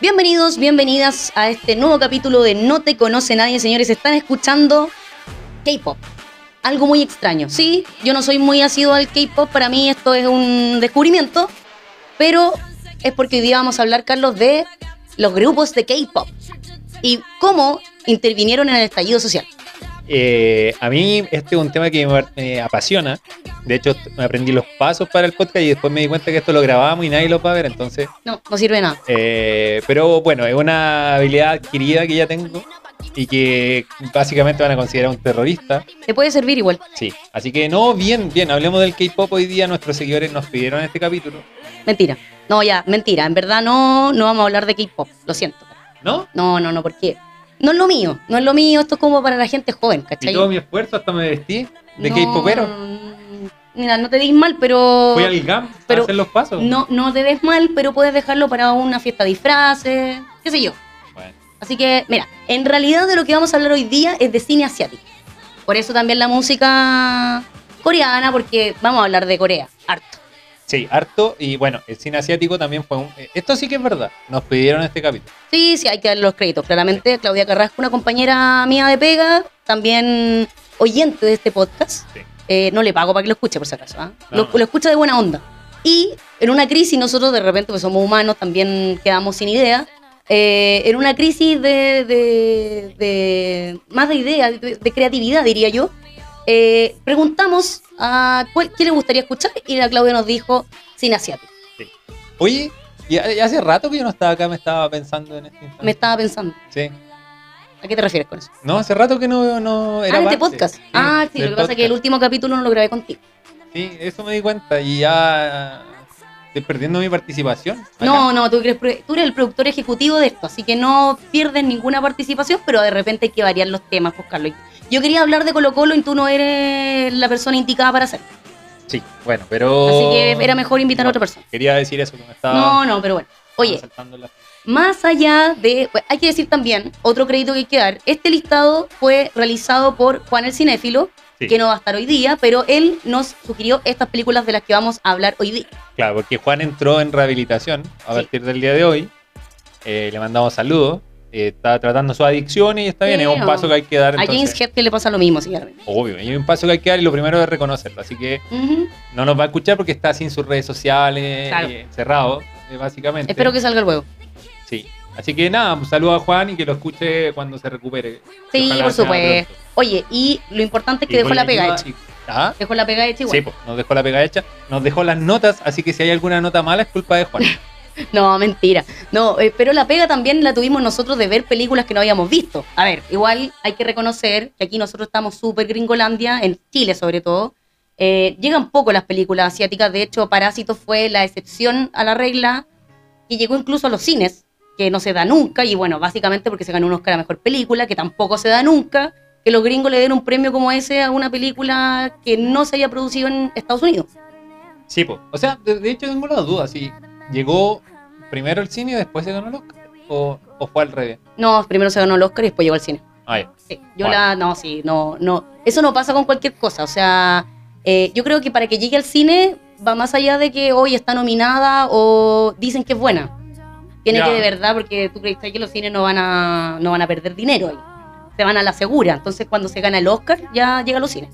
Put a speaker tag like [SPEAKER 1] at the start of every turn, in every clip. [SPEAKER 1] Bienvenidos, bienvenidas a este nuevo capítulo de No te conoce nadie, señores. Están escuchando K-pop. Algo muy extraño. Sí, yo no soy muy asiduo al K-pop, para mí esto es un descubrimiento, pero es porque hoy día vamos a hablar, Carlos, de los grupos de K-pop y cómo intervinieron en el estallido social.
[SPEAKER 2] Eh, a mí este es un tema que me, me apasiona. De hecho, me aprendí los pasos para el podcast y después me di cuenta que esto lo grabamos y nadie lo va a ver. Entonces,
[SPEAKER 1] No, no sirve de nada.
[SPEAKER 2] eh, pero bueno, es una habilidad adquirida que ya tengo y que básicamente van a considerar un terrorista.
[SPEAKER 1] Te puede servir igual.
[SPEAKER 2] Sí. Así que no, bien, bien. Hablemos del K-pop hoy día. Nuestros seguidores nos pidieron este capítulo,
[SPEAKER 1] Mentira. No, ya, mentira. En verdad no, no vamos a hablar de K-pop. Lo siento.
[SPEAKER 2] ¿no?
[SPEAKER 1] No, no, no, porque no es lo mío. No es lo mío. Esto es como para la gente joven,
[SPEAKER 2] Y
[SPEAKER 1] ¿cachai?
[SPEAKER 2] todo mi esfuerzo hasta me vestí de
[SPEAKER 1] No,
[SPEAKER 2] K-popero.
[SPEAKER 1] mm, Mira, no te des mal, pero.
[SPEAKER 2] Fui al GAM
[SPEAKER 1] pero-
[SPEAKER 2] a hacer los pasos.
[SPEAKER 1] No, no te des mal, pero puedes dejarlo para una fiesta de disfraces, qué sé yo.
[SPEAKER 2] Bueno.
[SPEAKER 1] Así que, mira, en realidad de lo que vamos a hablar hoy día es de cine asiático. Por eso también la música coreana, porque vamos a hablar de Corea, harto.
[SPEAKER 2] Sí, harto. Y bueno, el cine asiático también fue un... eh, Esto sí que es verdad. Nos pidieron este capítulo.
[SPEAKER 1] Sí, sí, hay que darle los créditos. Claramente, Claudia Carrasco, una compañera mía de pega, también oyente de este podcast.
[SPEAKER 2] Sí.
[SPEAKER 1] Eh, no le pago para que lo escuche, por si acaso. ¿ah?
[SPEAKER 2] No,
[SPEAKER 1] lo,
[SPEAKER 2] no.
[SPEAKER 1] lo escucha de buena onda. Y en una crisis, nosotros de repente, pues somos humanos, también quedamos sin idea. eh, en una crisis de, de- de- más de ideas, de, de creatividad, diría yo, eh, preguntamos a cuál, qué le gustaría escuchar y la Claudia nos dijo cine asiático.
[SPEAKER 2] Oye, y ha- y hace rato que yo no estaba acá, me estaba pensando en este instante.
[SPEAKER 1] Me estaba pensando,
[SPEAKER 2] Sí.
[SPEAKER 1] ¿a qué te refieres con eso?
[SPEAKER 2] No, hace rato que no veo... No, era
[SPEAKER 1] ah, en este
[SPEAKER 2] parte.
[SPEAKER 1] podcast. ah, sí, lo
[SPEAKER 2] del
[SPEAKER 1] que pasa es que el
[SPEAKER 2] podcast.
[SPEAKER 1] último capítulo no lo grabé contigo.
[SPEAKER 2] Sí, eso me di cuenta y ya estoy perdiendo mi participación. acá.
[SPEAKER 1] No, no, tú eres, pro- tú eres el productor ejecutivo de esto, así que no pierdes ninguna participación, pero de repente hay que variar los temas, buscarlo. Yo quería hablar de Colo Colo y tú no eres la persona indicada para hacerlo.
[SPEAKER 2] Sí, bueno, pero...
[SPEAKER 1] Así que
[SPEAKER 2] Oh,
[SPEAKER 1] era mejor invitar a otra persona.
[SPEAKER 2] Quería decir eso, que me estaba...
[SPEAKER 1] No, no, pero bueno. Oye,
[SPEAKER 2] estaba saltando la-
[SPEAKER 1] Más allá de. bueno, hay que decir también, otro crédito que hay que dar: este listado fue realizado por Juan el Cinéfilo,
[SPEAKER 2] Sí.
[SPEAKER 1] que no va a estar hoy día, pero él nos sugirió estas películas de las que vamos a hablar hoy día.
[SPEAKER 2] Claro, porque Juan entró en rehabilitación a
[SPEAKER 1] Sí.
[SPEAKER 2] partir del día de hoy. Eh, le mandamos saludos. Eh, está tratando su adicción y está bien,
[SPEAKER 1] Sí,
[SPEAKER 2] es un
[SPEAKER 1] o-
[SPEAKER 2] paso que hay que dar.
[SPEAKER 1] A James
[SPEAKER 2] Entonces,
[SPEAKER 1] Hetfield le pasa lo mismo, señor.
[SPEAKER 2] obvio, y hay un paso que hay que dar y lo primero es reconocerlo. Así que
[SPEAKER 1] Ujú.
[SPEAKER 2] no nos va a escuchar porque está sin sus redes sociales,
[SPEAKER 1] Claro.
[SPEAKER 2] eh, cerrado, eh, básicamente.
[SPEAKER 1] Espero que salga el huevo.
[SPEAKER 2] Sí. Así que nada, un saludo a Juan y que lo escuche cuando se recupere.
[SPEAKER 1] Sí,
[SPEAKER 2] Ojalá
[SPEAKER 1] por
[SPEAKER 2] sea
[SPEAKER 1] supuesto.
[SPEAKER 2] pronto.
[SPEAKER 1] Oye, y lo importante es que
[SPEAKER 2] Y
[SPEAKER 1] dejó
[SPEAKER 2] con
[SPEAKER 1] la pega
[SPEAKER 2] ayuda-
[SPEAKER 1] hecha.
[SPEAKER 2] y- ¿Ah?
[SPEAKER 1] Dejó la pega hecha
[SPEAKER 2] Sí,
[SPEAKER 1] igual.
[SPEAKER 2] pues, nos dejó la pega hecha, nos dejó las notas, así que si hay alguna nota mala es culpa de Juan.
[SPEAKER 1] No, mentira. No, eh, pero la pega también la tuvimos nosotros de ver películas que no habíamos visto. A ver, igual hay que reconocer que aquí nosotros estamos súper gringolandia, en Chile sobre todo. Eh, llegan poco las películas asiáticas. De hecho, Parásito fue la excepción a la regla y llegó incluso a los cines, que no se da nunca. Y bueno, básicamente porque se ganó un Oscar a mejor película, que tampoco se da nunca. Que los gringos le den un premio como ese a una película que no se había producido en Estados Unidos.
[SPEAKER 2] Sí, po. O sea, de, de hecho tengo la duda, si llegó primero el cine y después se ganó el Oscar. O, o fue al revés.
[SPEAKER 1] No, primero se ganó el Oscar y después llegó al cine.
[SPEAKER 2] Ah, ya.
[SPEAKER 1] Sí, yo
[SPEAKER 2] Bueno.
[SPEAKER 1] la. No, sí, no, no. Eso no pasa con cualquier cosa. O sea, eh, yo creo que para que llegue al cine va más allá de que hoy está nominada o dicen que es buena. Tiene
[SPEAKER 2] Ya.
[SPEAKER 1] que de verdad, porque tú crees que los cines no van a, no van a perder dinero ahí. Se van a la segura. Entonces, cuando se gana el Oscar, ya llega a los cines.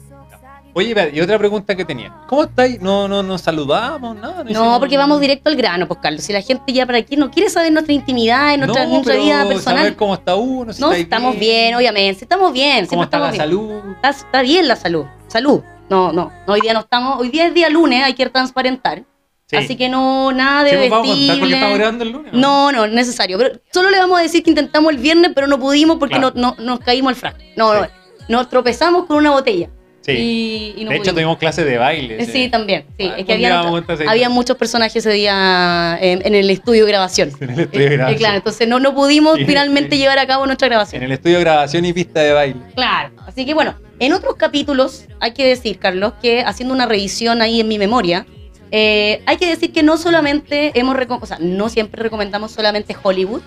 [SPEAKER 2] Oye, espera, y otra pregunta que tenía. ¿Cómo estáis? No, no, nos saludamos, nada.
[SPEAKER 1] No, porque vamos directo al grano, pues, Carlos. Si la gente ya para aquí no quiere saber nuestra intimidad, y nuestra, nuestra vida
[SPEAKER 2] Saber
[SPEAKER 1] personal.
[SPEAKER 2] cómo está uno, si
[SPEAKER 1] No,
[SPEAKER 2] estáis
[SPEAKER 1] estamos bien, obviamente. Estamos bien. siempre
[SPEAKER 2] ¿Cómo está la
[SPEAKER 1] estamos bien.
[SPEAKER 2] salud?
[SPEAKER 1] está, está bien la salud. Salud. No, no, no, hoy día no estamos. Hoy día es día lunes, hay que transparentar.
[SPEAKER 2] Sí.
[SPEAKER 1] Así que no, nada de
[SPEAKER 2] Sí, pues, vamos a contar porque
[SPEAKER 1] vestible.
[SPEAKER 2] estamos grabando el lunes.
[SPEAKER 1] no, no, es necesario. Pero solo le vamos a decir que intentamos el viernes, pero no pudimos porque
[SPEAKER 2] Claro.
[SPEAKER 1] no, no- nos caímos al frasco. No,
[SPEAKER 2] Sí.
[SPEAKER 1] no, nos tropezamos con una botella.
[SPEAKER 2] Sí.
[SPEAKER 1] Y, y no
[SPEAKER 2] de hecho,
[SPEAKER 1] pudimos.
[SPEAKER 2] tuvimos clases de baile.
[SPEAKER 1] Eh, Sí, también. Sí,
[SPEAKER 2] Ah,
[SPEAKER 1] es que
[SPEAKER 2] un día
[SPEAKER 1] había,
[SPEAKER 2] vamos a contar esa
[SPEAKER 1] había
[SPEAKER 2] historia.
[SPEAKER 1] muchos personajes ese día en, en el estudio de grabación.
[SPEAKER 2] En el estudio de
[SPEAKER 1] Eh, eh,
[SPEAKER 2] grabación.
[SPEAKER 1] claro, entonces no, no pudimos
[SPEAKER 2] Sí,
[SPEAKER 1] finalmente
[SPEAKER 2] sí.
[SPEAKER 1] llevar a cabo nuestra grabación.
[SPEAKER 2] En el estudio de grabación y pista de baile.
[SPEAKER 1] Claro. Así que bueno, en otros capítulos hay que decir, Carlos, que haciendo una revisión ahí en mi memoria, eh, hay que decir que no solamente hemos, reco- o sea, no siempre recomendamos solamente Hollywood,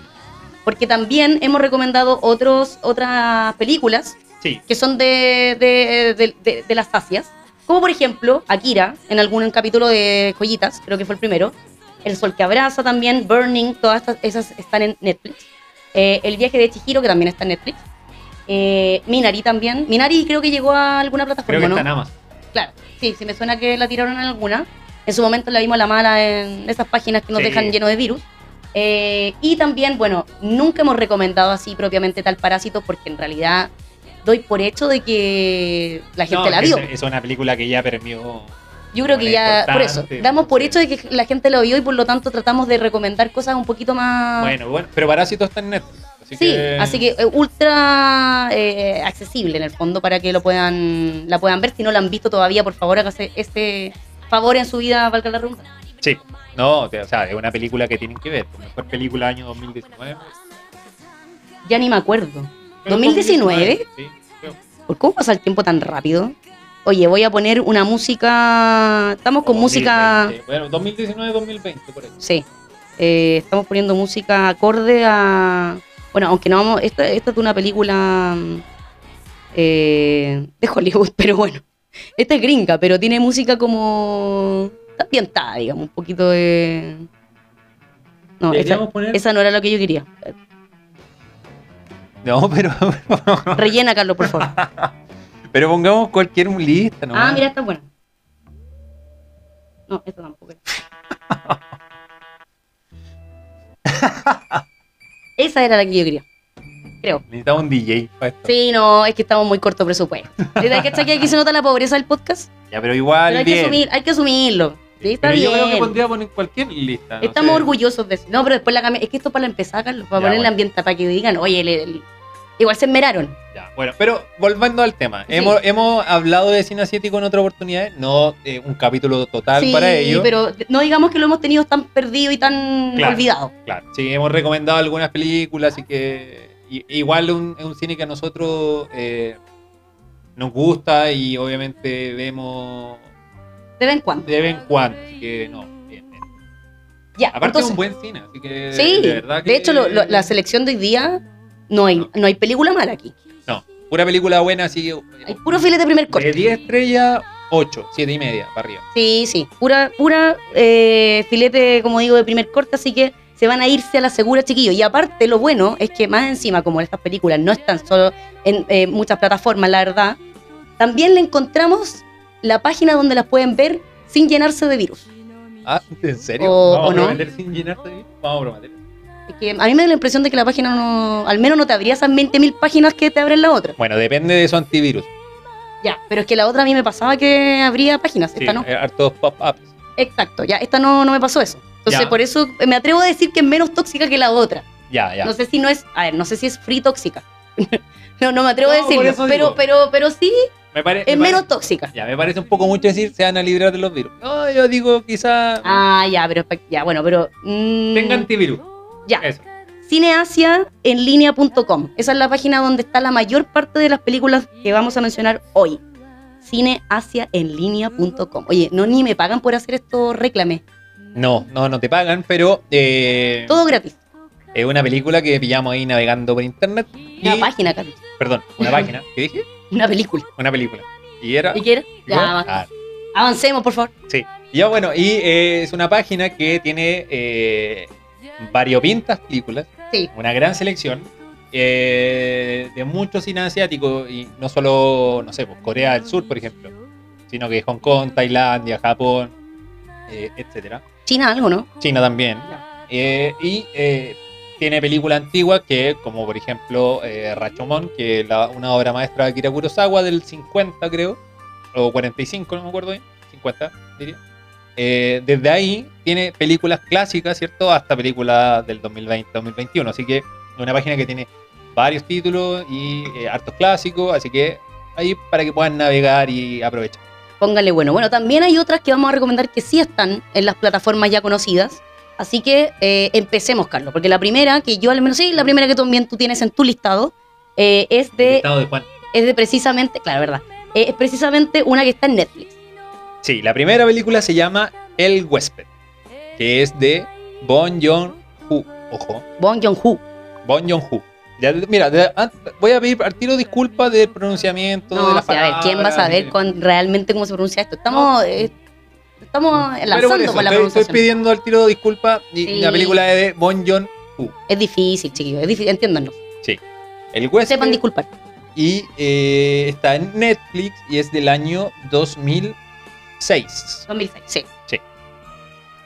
[SPEAKER 1] porque también hemos recomendado otros, otras películas
[SPEAKER 2] Sí.
[SPEAKER 1] que son de, de- de- de- de las Asias, como por ejemplo Akira, en algún capítulo de Joyitas, creo que fue el primero, El Sol que Abraza también, Burning, todas estas- esas están en Netflix. Eh, el viaje de Chihiro, que también está en Netflix. Eh, Minari también. Minari creo que llegó a alguna plataforma,
[SPEAKER 2] Creo que
[SPEAKER 1] ¿no?
[SPEAKER 2] está en Amazon.
[SPEAKER 1] Claro, sí, sí me suena que la tiraron en alguna. En su momento la vimos a la mala en esas páginas que nos
[SPEAKER 2] Sí.
[SPEAKER 1] dejan llenos de virus. Eh, y también, bueno, nunca hemos recomendado así propiamente tal parásito porque en realidad doy por hecho de que la gente
[SPEAKER 2] No,
[SPEAKER 1] la
[SPEAKER 2] que
[SPEAKER 1] vio.
[SPEAKER 2] Es, es una película que ya permió.
[SPEAKER 1] Yo creo que ya, por eso,
[SPEAKER 2] importante,
[SPEAKER 1] damos por hecho
[SPEAKER 2] entonces-
[SPEAKER 1] de que la gente la vio y por lo tanto tratamos de recomendar cosas un poquito más...
[SPEAKER 2] Bueno, bueno, pero Parásito está en Netflix. Así
[SPEAKER 1] Ah. sí,
[SPEAKER 2] que,
[SPEAKER 1] así que eh, ultra eh, accesible en el fondo para que lo puedan, la puedan ver. Si no la han visto todavía, por favor, hágase este favor en su vida, valga la redundancia.
[SPEAKER 2] Sí. No, o sea, es una película que tienen que ver. Mejor película año 2019.
[SPEAKER 1] Ya ni me acuerdo.
[SPEAKER 2] Pero
[SPEAKER 1] 2019.
[SPEAKER 2] Sí, creo.
[SPEAKER 1] ¿Por cómo pasa el tiempo tan rápido? Oye, voy a poner una música. Estamos con
[SPEAKER 2] O
[SPEAKER 1] música.
[SPEAKER 2] 2020. Bueno, 2019, 2020, por ahí.
[SPEAKER 1] Sí. Eh, estamos poniendo música acorde a. Bueno, aunque no vamos. Esta, esta es de una película. mm, eh, de Hollywood, pero bueno. Esta es gringa, pero tiene música como. Está ambientada, digamos, un poquito de. No, esa,
[SPEAKER 2] Deberíamos poner-
[SPEAKER 1] esa no era lo que yo quería.
[SPEAKER 2] No, pero,
[SPEAKER 1] Rellena, Carlos, por favor.
[SPEAKER 2] pero pongamos cualquier lista. nomás.
[SPEAKER 1] Ah, mira, está buena. No, esta tampoco. es. Esa era la que yo quería. Creo.
[SPEAKER 2] Necesitamos un DJ para esto.
[SPEAKER 1] Sí, no, es que estamos muy corto presupuesto. ¿Desde que que aquí se nota la pobreza del podcast?
[SPEAKER 2] Ya, pero igual.
[SPEAKER 1] Pero hay que,
[SPEAKER 2] bien.
[SPEAKER 1] asumir, hay que asumirlo. Sí, está
[SPEAKER 2] pero
[SPEAKER 1] bien.
[SPEAKER 2] yo creo que pondría poner cualquier lista. no
[SPEAKER 1] Estamos
[SPEAKER 2] sé.
[SPEAKER 1] orgullosos de eso. No, pero después la cambiamos. Es que esto para empezar, Carlos, para
[SPEAKER 2] Ya,
[SPEAKER 1] poner el
[SPEAKER 2] bueno.
[SPEAKER 1] ambiente, para que digan, oye, le- le- igual se enmeraron.
[SPEAKER 2] Ya, bueno, pero volviendo al tema.
[SPEAKER 1] Sí.
[SPEAKER 2] Hemos, hemos hablado de cine asiático en otra oportunidad. No eh, un capítulo total
[SPEAKER 1] sí,
[SPEAKER 2] para ello.
[SPEAKER 1] pero no digamos que lo hemos tenido tan perdido y tan
[SPEAKER 2] Claro.
[SPEAKER 1] olvidado.
[SPEAKER 2] Claro, sí, hemos recomendado algunas películas, así que i- igual es un, es un cine que a nosotros eh, nos gusta y obviamente vemos
[SPEAKER 1] De vez en cuando.
[SPEAKER 2] de vez en cuando, así que no. bien, bien.
[SPEAKER 1] Ya,
[SPEAKER 2] Aparte
[SPEAKER 1] entonces,
[SPEAKER 2] es un buen cine, así que
[SPEAKER 1] Sí,
[SPEAKER 2] de
[SPEAKER 1] de,
[SPEAKER 2] verdad que-
[SPEAKER 1] hecho, lo- lo- la selección de hoy día no hay, no hay película mala aquí.
[SPEAKER 2] No, pura película buena, así que... eh,
[SPEAKER 1] Hay puro filete de primer corte.
[SPEAKER 2] de 10 estrellas, 8, 7 y media, para arriba.
[SPEAKER 1] Sí, sí. Pura, pura eh, filete, como digo, de primer corte, así que se van a irse a la segura, chiquillos. Y aparte, lo bueno es que más encima, como estas películas no están solo en eh, muchas plataformas, la verdad, también le encontramos la página donde las pueden ver sin llenarse de virus.
[SPEAKER 2] Ah, ¿en serio?
[SPEAKER 1] O-
[SPEAKER 2] ¿Vamos
[SPEAKER 1] o
[SPEAKER 2] a
[SPEAKER 1] no.
[SPEAKER 2] prometer sin llenarte de- Vamos a prometer.
[SPEAKER 1] Es que a mí me da la impresión de que la página no, al menos no te abría esas 20.000 páginas que te abren la otra.
[SPEAKER 2] Bueno, depende de su antivirus.
[SPEAKER 1] Ya, pero es que la otra a mí me pasaba que abría páginas,
[SPEAKER 2] Sí,
[SPEAKER 1] esta no.
[SPEAKER 2] eh, hartos pop-ups.
[SPEAKER 1] Exacto, ya, esta no, no me pasó eso. Entonces,
[SPEAKER 2] Ya.
[SPEAKER 1] por eso me atrevo a decir que es menos tóxica que la otra.
[SPEAKER 2] Ya, ya.
[SPEAKER 1] No sé si no es, a ver, no sé si es free tóxica. no, no me atrevo a
[SPEAKER 2] No, por
[SPEAKER 1] decirlo,
[SPEAKER 2] eso
[SPEAKER 1] pero,
[SPEAKER 2] digo.
[SPEAKER 1] pero, pero sí
[SPEAKER 2] Me pare-
[SPEAKER 1] es
[SPEAKER 2] me pare-
[SPEAKER 1] menos tóxica.
[SPEAKER 2] Ya, me parece un poco mucho decir se van a librar de los virus. No, yo digo quizá
[SPEAKER 1] Ah, ya, pero espe- ya, bueno, pero. mm,
[SPEAKER 2] tenga antivirus.
[SPEAKER 1] ya.
[SPEAKER 2] Eso.
[SPEAKER 1] cineasiaenlinea.com. Esa es la página donde está la mayor parte de las películas que vamos a mencionar hoy. cineasiaenlinea.com. Oye, no ni me pagan por hacer estos reclames.
[SPEAKER 2] No, no, no te pagan, pero eh,
[SPEAKER 1] Todo gratis.
[SPEAKER 2] es una película que pillamos ahí navegando por internet. Y,
[SPEAKER 1] Una página, Carlos.
[SPEAKER 2] Perdón, una página. ¿Qué dije?
[SPEAKER 1] Una película.
[SPEAKER 2] Una película. Y era.
[SPEAKER 1] ¿Y qué era? Ya,
[SPEAKER 2] ¿no?
[SPEAKER 1] basta.
[SPEAKER 2] Ah,
[SPEAKER 1] Avancemos, por favor.
[SPEAKER 2] sí. Ya, bueno, y eh, es una página que tiene eh, variopintas películas.
[SPEAKER 1] Sí.
[SPEAKER 2] una gran selección eh, de muchos cine asiático y no solo, no sé, pues, Corea del Sur, por ejemplo, sino que Hong Kong, Tailandia, Japón, eh, etcétera.
[SPEAKER 1] China algo, ¿no?
[SPEAKER 2] China también. Eh, y eh, tiene películas antiguas que, como por ejemplo eh, Rashomon, que es la- una obra maestra de Akira Kurosawa del 50, creo, o 45, no me acuerdo bien, 50, diría. Eh, desde ahí tiene películas clásicas, ¿cierto? Hasta películas del 2020-2021. Así que es una página que tiene varios títulos y eh, hartos clásicos, así que ahí para que puedan navegar y aprovechar.
[SPEAKER 1] Póngale bueno. Bueno, también hay otras que vamos a recomendar que sí están en las plataformas ya conocidas. Así que eh, empecemos, Carlos, porque la primera que yo al menos sí, la primera que también tú tienes en tu listado eh, es
[SPEAKER 2] El
[SPEAKER 1] de
[SPEAKER 2] estado de Juan.
[SPEAKER 1] es de precisamente, claro, verdad, Eh, es precisamente una que está en Netflix.
[SPEAKER 2] Sí, la primera película se llama El huésped, que es de Bon Joon-ho. Ojo,
[SPEAKER 1] Bong Joon-ho.
[SPEAKER 2] Bon Joon-ho. Ya, mira, de- an- voy a pedir al tiro disculpas del pronunciamiento de
[SPEAKER 1] No,
[SPEAKER 2] la
[SPEAKER 1] o sea, a ver, ¿quién va a saber con, realmente cómo se pronuncia esto? Estamos eh, estamos lanzando
[SPEAKER 2] Pero por eso,
[SPEAKER 1] con la
[SPEAKER 2] estoy, estoy
[SPEAKER 1] pronunciación.
[SPEAKER 2] pidiendo al tiro disculpas. Y
[SPEAKER 1] Sí.
[SPEAKER 2] La película es de Bon John.
[SPEAKER 1] Es difícil, chiquillos, es difícil, entiéndanos.
[SPEAKER 2] El West
[SPEAKER 1] Sepan disculpar.
[SPEAKER 2] y eh, está en Netflix y es del año 2006.
[SPEAKER 1] 2006, sí.
[SPEAKER 2] Sí.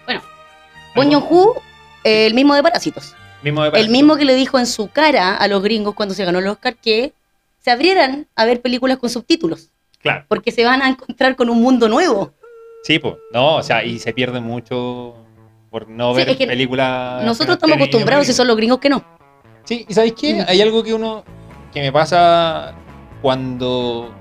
[SPEAKER 1] Bueno, Bon Joon-ho, eh, el mismo de Parásitos.
[SPEAKER 2] Mismo de
[SPEAKER 1] El
[SPEAKER 2] Parásitos.
[SPEAKER 1] mismo que le dijo en su cara a los gringos cuando se ganó el Oscar que se abrieran a ver películas con subtítulos,
[SPEAKER 2] Claro.
[SPEAKER 1] porque se van a encontrar con un mundo nuevo.
[SPEAKER 2] Sí, pues. No, o sea, y se pierde mucho por no
[SPEAKER 1] Sí,
[SPEAKER 2] ver
[SPEAKER 1] es que
[SPEAKER 2] películas.
[SPEAKER 1] Nosotros estamos
[SPEAKER 2] en
[SPEAKER 1] acostumbrados y
[SPEAKER 2] idioma
[SPEAKER 1] son los gringos que no.
[SPEAKER 2] Sí, ¿y sabéis qué?
[SPEAKER 1] Mm.
[SPEAKER 2] Hay algo que uno. que me pasa cuando.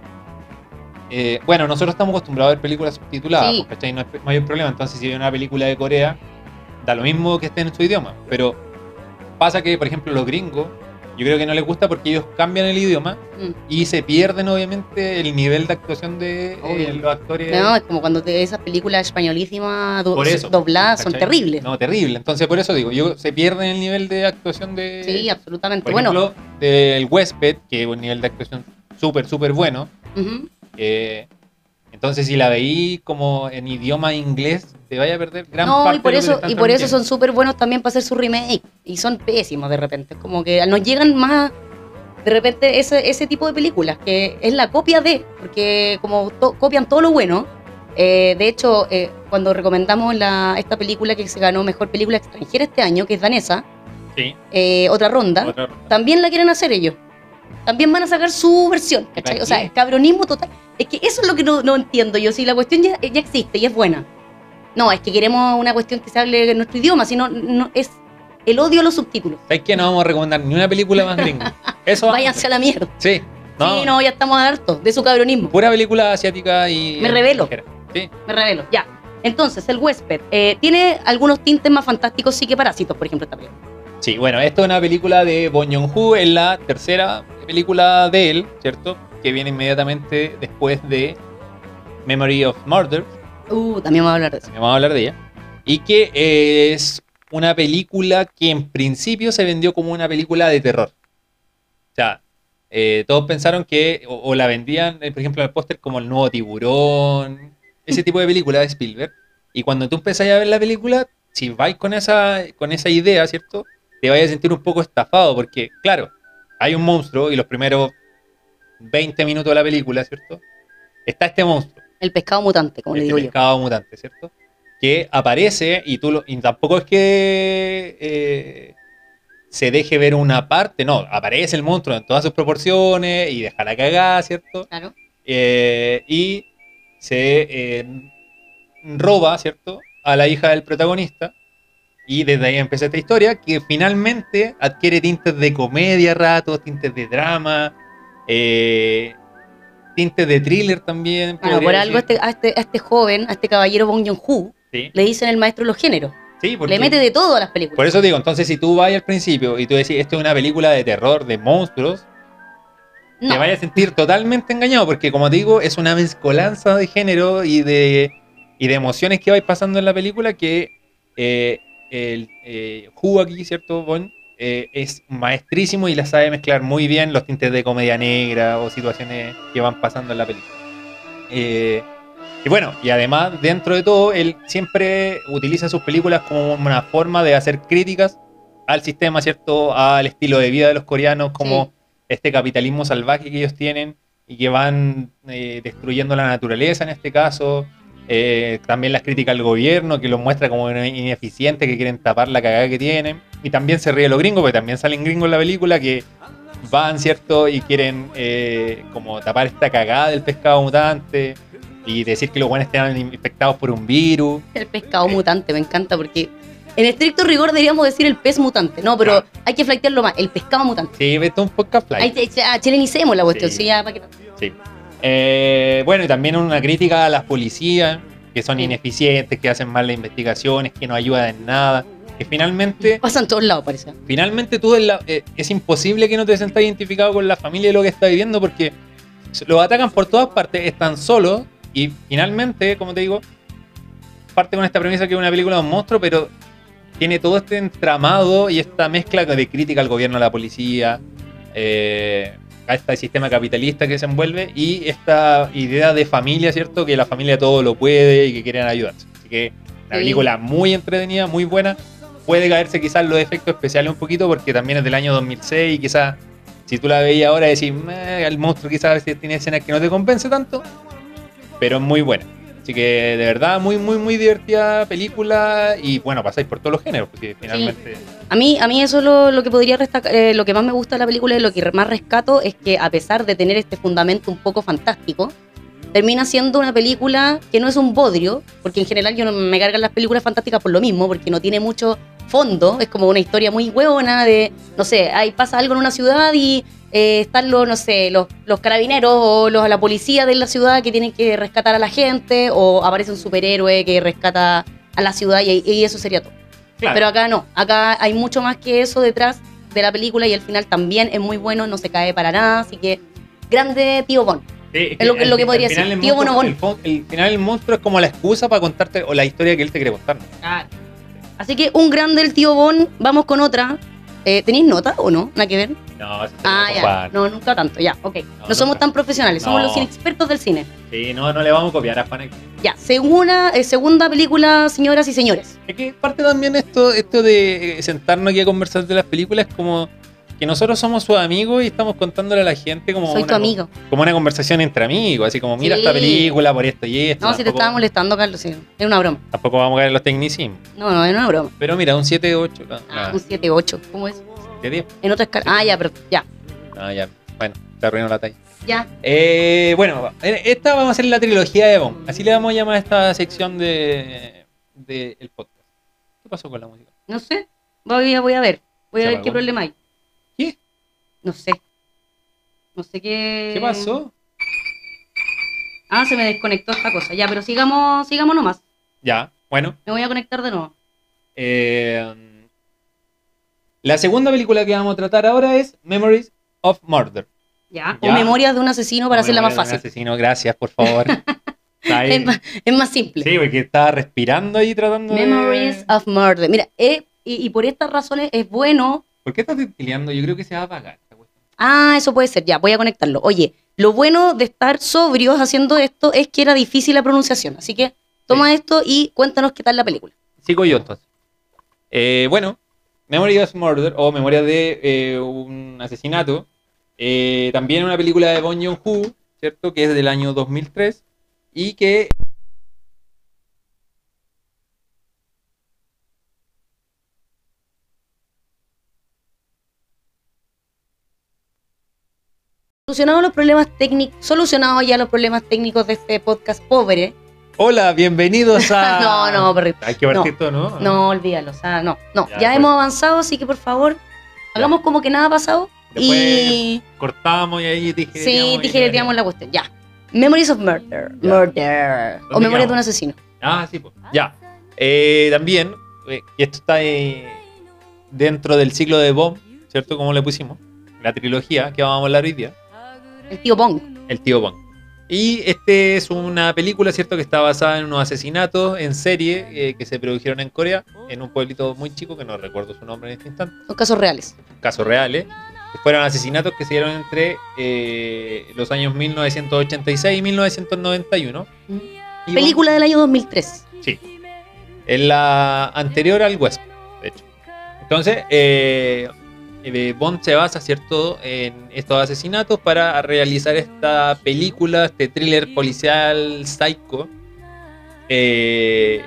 [SPEAKER 2] eh, bueno, nosotros estamos acostumbrados a ver películas subtituladas,
[SPEAKER 1] Sí.
[SPEAKER 2] pues, ¿cachai? No hay, no hay problema. Entonces, si hay una película de Corea, da lo mismo que esté en su idioma. Pero pasa que, por ejemplo, los gringos, yo creo que no les gusta porque ellos cambian el idioma
[SPEAKER 1] Mm.
[SPEAKER 2] y se pierden, obviamente, el nivel de actuación de eh,
[SPEAKER 1] Obvio.
[SPEAKER 2] los actores.
[SPEAKER 1] No, es como cuando te- esas películas españolísimas do-
[SPEAKER 2] Por eso,
[SPEAKER 1] dobladas son
[SPEAKER 2] ¿cachai?
[SPEAKER 1] terribles.
[SPEAKER 2] No, terrible. Entonces, por eso digo, yo, se pierden el nivel de actuación de.
[SPEAKER 1] sí, absolutamente.
[SPEAKER 2] Por
[SPEAKER 1] Bueno,
[SPEAKER 2] ejemplo, del huésped, que es un nivel de actuación súper, súper bueno.
[SPEAKER 1] ujú,
[SPEAKER 2] eh, entonces, si la veí como en idioma inglés, te vaya a perder gran
[SPEAKER 1] no,
[SPEAKER 2] parte
[SPEAKER 1] y por
[SPEAKER 2] de lo que te
[SPEAKER 1] eso,
[SPEAKER 2] están
[SPEAKER 1] y por eso son
[SPEAKER 2] transmitiendo.
[SPEAKER 1] súper buenos también para hacer su remake. Y son pésimos de repente. Es Como que nos llegan más, de repente, ese, ese tipo de películas, que es la copia de, porque como to- copian todo lo bueno. eh, de hecho, eh, cuando recomendamos la, esta película que se ganó Mejor Película Extranjera este año, que es danesa,
[SPEAKER 2] Sí,
[SPEAKER 1] eh, Otra Ronda,
[SPEAKER 2] otra ronda.
[SPEAKER 1] también la quieren hacer ellos. También van a sacar su versión, ¿cachai? O sea, es cabronismo total. Es que eso es lo que no, no entiendo yo. Si la cuestión ya, ya existe y es buena. No, es que queremos una cuestión que se hable en nuestro idioma, sino no, es el odio a los subtítulos.
[SPEAKER 2] ¿Sabes que No vamos a recomendar ni una película más gringa. Eso vamos a
[SPEAKER 1] Váyanse a la mierda.
[SPEAKER 2] hacer. Sí, no,
[SPEAKER 1] Sí, no, ya estamos hartos de su cabronismo.
[SPEAKER 2] Pura película asiática y.
[SPEAKER 1] Me revelo.
[SPEAKER 2] extranjera. Sí,
[SPEAKER 1] Me revelo, ya. Entonces, el huésped eh, tiene algunos tintes más fantásticos, sí que parásitos, por ejemplo, también.
[SPEAKER 2] Sí, bueno, esto es una película de Bong Joon-ho, es la tercera película de él, ¿cierto? Que viene inmediatamente después de Memory of Murder,
[SPEAKER 1] Uh, también vamos a hablar de eso.
[SPEAKER 2] también vamos a hablar de ella, y que eh, es una película que en principio se vendió como una película de terror. O sea, eh, todos pensaron que, o, o la vendían, eh, por ejemplo, en el póster como el nuevo tiburón, ese tipo de película de Spielberg. Y cuando tú empezás a ver la película, si vais con esa, con esa idea, ¿cierto? Te vais a sentir un poco estafado, porque, claro, hay un monstruo y los primeros 20 minutos de la película, ¿cierto? Está este monstruo
[SPEAKER 1] El pescado mutante, como le
[SPEAKER 2] este
[SPEAKER 1] digo yo.
[SPEAKER 2] pescado mutante, ¿cierto? Que aparece y tú lo- y tampoco es que eh, se deje ver una parte, no, aparece el monstruo en todas sus proporciones y deja la cagada, ¿cierto?
[SPEAKER 1] Claro.
[SPEAKER 2] Eh, y se eh, roba, ¿cierto? A la hija del protagonista. Y desde ahí empieza esta historia que finalmente adquiere tintes de comedia a ratos, tintes de drama, eh, tintes de thriller también.
[SPEAKER 1] Bueno, por
[SPEAKER 2] podría
[SPEAKER 1] algo este a
[SPEAKER 2] decir.
[SPEAKER 1] este, a, este, a este joven, a este caballero Bong Joon-ho,
[SPEAKER 2] Sí.
[SPEAKER 1] le dicen el maestro de los géneros.
[SPEAKER 2] Sí, porque,
[SPEAKER 1] Le mete de todo a las películas.
[SPEAKER 2] por eso digo, entonces si tú vas al principio y tú decís, esto es una película de terror, de monstruos,
[SPEAKER 1] No,
[SPEAKER 2] te vayas a sentir totalmente engañado, porque como te digo, es una mezcolanza de género y de, y de emociones que vais pasando en la película que eh, el eh, Who aquí, ¿cierto? Bon, eh, es maestrísimo y la sabe mezclar muy bien los tintes de comedia negra o situaciones que van pasando en la película. Eh, y bueno, y además, dentro de todo, él siempre utiliza sus películas como una forma de hacer críticas al sistema, ¿cierto? Al estilo de vida de los coreanos, como
[SPEAKER 1] Sí.
[SPEAKER 2] este capitalismo salvaje que ellos tienen y que van eh, destruyendo la naturaleza en este caso. Eh, también las críticas al gobierno, que los muestra como ineficientes, que quieren tapar la cagada que tienen. Y también se ríe de los gringos, porque también salen gringos en la película que van, ¿cierto? Y quieren eh, como tapar esta cagada del pescado mutante y decir que los buenos están infectados por un virus.
[SPEAKER 1] el pescado mutante, me encanta porque en estricto rigor deberíamos decir el pez mutante. No, pero
[SPEAKER 2] Claro.
[SPEAKER 1] hay que flaitearlo más, el pescado mutante.
[SPEAKER 2] Sí, esto es un podcast live.
[SPEAKER 1] Ahí te- ya, chilenicemos la cuestión,
[SPEAKER 2] Sí.
[SPEAKER 1] sí, ya, pa' que-
[SPEAKER 2] Sí. Eh, bueno, y también una crítica a las policías, que son
[SPEAKER 1] Sí.
[SPEAKER 2] ineficientes, que hacen mal las investigaciones, que no ayudan en nada. Que finalmente,
[SPEAKER 1] Pasa en todos lados, parece.
[SPEAKER 2] finalmente tú en la- eh, es imposible que no te sientas identificado con la familia y lo que está viviendo porque se- los atacan por todas partes, están solos y finalmente, como te digo, parte con esta premisa que es una película de un monstruo, pero tiene todo este entramado y esta mezcla de crítica al gobierno, a la policía, eh, a este sistema capitalista que se envuelve y esta idea de familia, ¿cierto? Que la familia todo lo puede y que quieren ayudarse. Así que la
[SPEAKER 1] Sí.
[SPEAKER 2] película muy entretenida, muy buena. Puede caerse quizás los efectos especiales un poquito porque también es del año 2006 y quizás si tú la veías ahora decís, "Meh, el monstruo quizás a veces tiene escenas que no te convence tanto, pero es muy buena. Así que de verdad, muy, muy, muy divertida película y bueno, pasáis por todos los géneros porque finalmente...
[SPEAKER 1] A mí, a mí eso es lo, lo que podría restacar, eh, lo que más me gusta de la película y lo que re- más rescato es que a pesar de tener este fundamento un poco fantástico, termina siendo una película que no es un bodrio, porque en general yo no me cargan las películas fantásticas por lo mismo, porque no tiene mucho fondo, es como una historia muy hueona de, no sé, ahí pasa algo en una ciudad y eh, están los, no sé, los, los carabineros o los, la policía de la ciudad que tienen que rescatar a la gente, o aparece un superhéroe que rescata a la ciudad y- y eso sería todo.
[SPEAKER 2] Claro.
[SPEAKER 1] Pero acá no, acá hay mucho más que eso detrás de la película y el final también es muy bueno, no se cae para nada, así que grande tío Bon.
[SPEAKER 2] Sí,
[SPEAKER 1] Es lo que-
[SPEAKER 2] al-
[SPEAKER 1] lo que
[SPEAKER 2] al
[SPEAKER 1] podría
[SPEAKER 2] final
[SPEAKER 1] ser.
[SPEAKER 2] el
[SPEAKER 1] Tío
[SPEAKER 2] monstruo-
[SPEAKER 1] Bonobón.
[SPEAKER 2] el fon- El, final el monstruo es como la excusa para contarte o la historia que él te quiere contar.
[SPEAKER 1] Así que un grande el tío Bon, vamos con otra. Eh, ¿Tenéis nota o no? Nada que ver.
[SPEAKER 2] No, eso
[SPEAKER 1] Ah, ya. No, nunca tanto, ya, ok. No, somos
[SPEAKER 2] nunca.
[SPEAKER 1] tan profesionales, somos
[SPEAKER 2] No.
[SPEAKER 1] los inexpertos del cine.
[SPEAKER 2] Sí, no, no le vamos a copiar a Fanex.
[SPEAKER 1] Ya, segunda, eh, segunda película, señoras y señores.
[SPEAKER 2] Es que parte también esto, esto de eh, sentarnos aquí a conversar de las películas como que nosotros somos sus amigos y estamos contándole a la gente como,
[SPEAKER 1] Soy
[SPEAKER 2] una,
[SPEAKER 1] tu amigo.
[SPEAKER 2] como una conversación entre amigos, así como mira
[SPEAKER 1] Sí.
[SPEAKER 2] esta película por esto y esto.
[SPEAKER 1] No, si te estaba molestando, Carlos, sí. es una broma.
[SPEAKER 2] tampoco vamos a caer en los tecnicismos.
[SPEAKER 1] No, no, es una broma.
[SPEAKER 2] Pero mira, un 7-8. No,
[SPEAKER 1] Ah,
[SPEAKER 2] no,
[SPEAKER 1] un 7-8, ¿cómo es?
[SPEAKER 2] 7-10.
[SPEAKER 1] En otra escala. Ah, ya, pero ya,
[SPEAKER 2] No, ya. Bueno, te arruinó la talla.
[SPEAKER 1] ya.
[SPEAKER 2] Eh, bueno, esta vamos a hacer la trilogía de Bond. Así le vamos a llamar a esta sección de, de el podcast. ¿Qué pasó con la música?
[SPEAKER 1] No sé. Voy, a- voy a ver. Voy
[SPEAKER 2] Se
[SPEAKER 1] a ver
[SPEAKER 2] apagó.
[SPEAKER 1] qué problema hay.
[SPEAKER 2] ¿Qué?
[SPEAKER 1] No sé. No sé qué.
[SPEAKER 2] ¿Qué pasó?
[SPEAKER 1] Ah, se me desconectó esta cosa. Ya, pero sigamos, sigamos nomás.
[SPEAKER 2] Ya, bueno.
[SPEAKER 1] Me voy a conectar de nuevo.
[SPEAKER 2] eh, la segunda película que vamos a tratar ahora es Memories of Murder.
[SPEAKER 1] Ya.
[SPEAKER 2] Ya.
[SPEAKER 1] O
[SPEAKER 2] Ah,
[SPEAKER 1] Memorias de un asesino para hacerla más
[SPEAKER 2] Memoria de un
[SPEAKER 1] fácil.
[SPEAKER 2] Asesino, gracias, por favor. Está ahí.
[SPEAKER 1] Es más, es más simple.
[SPEAKER 2] Sí, porque estaba respirando ahí tratando de-
[SPEAKER 1] Memories of Murder. Mira, eh, y, y por estas razones es bueno.
[SPEAKER 2] ¿Por qué estás titileando? Yo creo que se va a apagar. esta cuestión.
[SPEAKER 1] Ah, eso puede ser. Ya, voy a conectarlo. Oye, lo bueno de estar sobrios haciendo esto es que era difícil la pronunciación. Así que toma esto y cuéntanos qué tal la película.
[SPEAKER 2] Sigo yo entonces. Eh, bueno, Memory of Murder o Memoria de eh, un asesinato. eh, también una película de Bong Joon-ho, ¿cierto? Que es del año 2003 y que
[SPEAKER 1] Solucionados los problemas técnicos, solucionados ya los problemas técnicos de este podcast pobre. Ah.
[SPEAKER 2] Hola, bienvenidos a
[SPEAKER 1] no, no, perrito.
[SPEAKER 2] Hay que partir todo, ¿no?
[SPEAKER 1] No, olvídalo. O sea, no, no.
[SPEAKER 2] Ah. Ya,
[SPEAKER 1] Ya,
[SPEAKER 2] pues.
[SPEAKER 1] hemos avanzado, así que por favor, hagamos como que nada ha pasado.
[SPEAKER 2] Después
[SPEAKER 1] y
[SPEAKER 2] cortamos y ahí dije
[SPEAKER 1] sí, digamos la cuestión. Ya. Memories of Murder.
[SPEAKER 2] Ya.
[SPEAKER 1] Murder. O
[SPEAKER 2] ¿Dónde
[SPEAKER 1] Memorias
[SPEAKER 2] quedamos?
[SPEAKER 1] de un asesino.
[SPEAKER 2] Ah, sí, pues. Ya. Eh, también, eh, y esto está eh, dentro del ciclo de Bomb, ¿cierto? Como le pusimos. La trilogía que vamos a hablar hoy día.
[SPEAKER 1] El tío Bong.
[SPEAKER 2] El tío Bond. Y este es una película, ¿cierto? Que está basada en unos asesinatos en serie eh, que se produjeron en Corea, en un pueblito muy chico, que no recuerdo su nombre en este instante,
[SPEAKER 1] Son casos reales.
[SPEAKER 2] casos reales. Fueron asesinatos que se dieron entre eh, los años 1986 y 1991.
[SPEAKER 1] Mm.
[SPEAKER 2] Y
[SPEAKER 1] Película del año 2003.
[SPEAKER 2] es la anterior al huésped, de hecho. Entonces, eh, eh, Bond se basa, ¿cierto?, en estos asesinatos para realizar esta película, este thriller policial psycho. eh,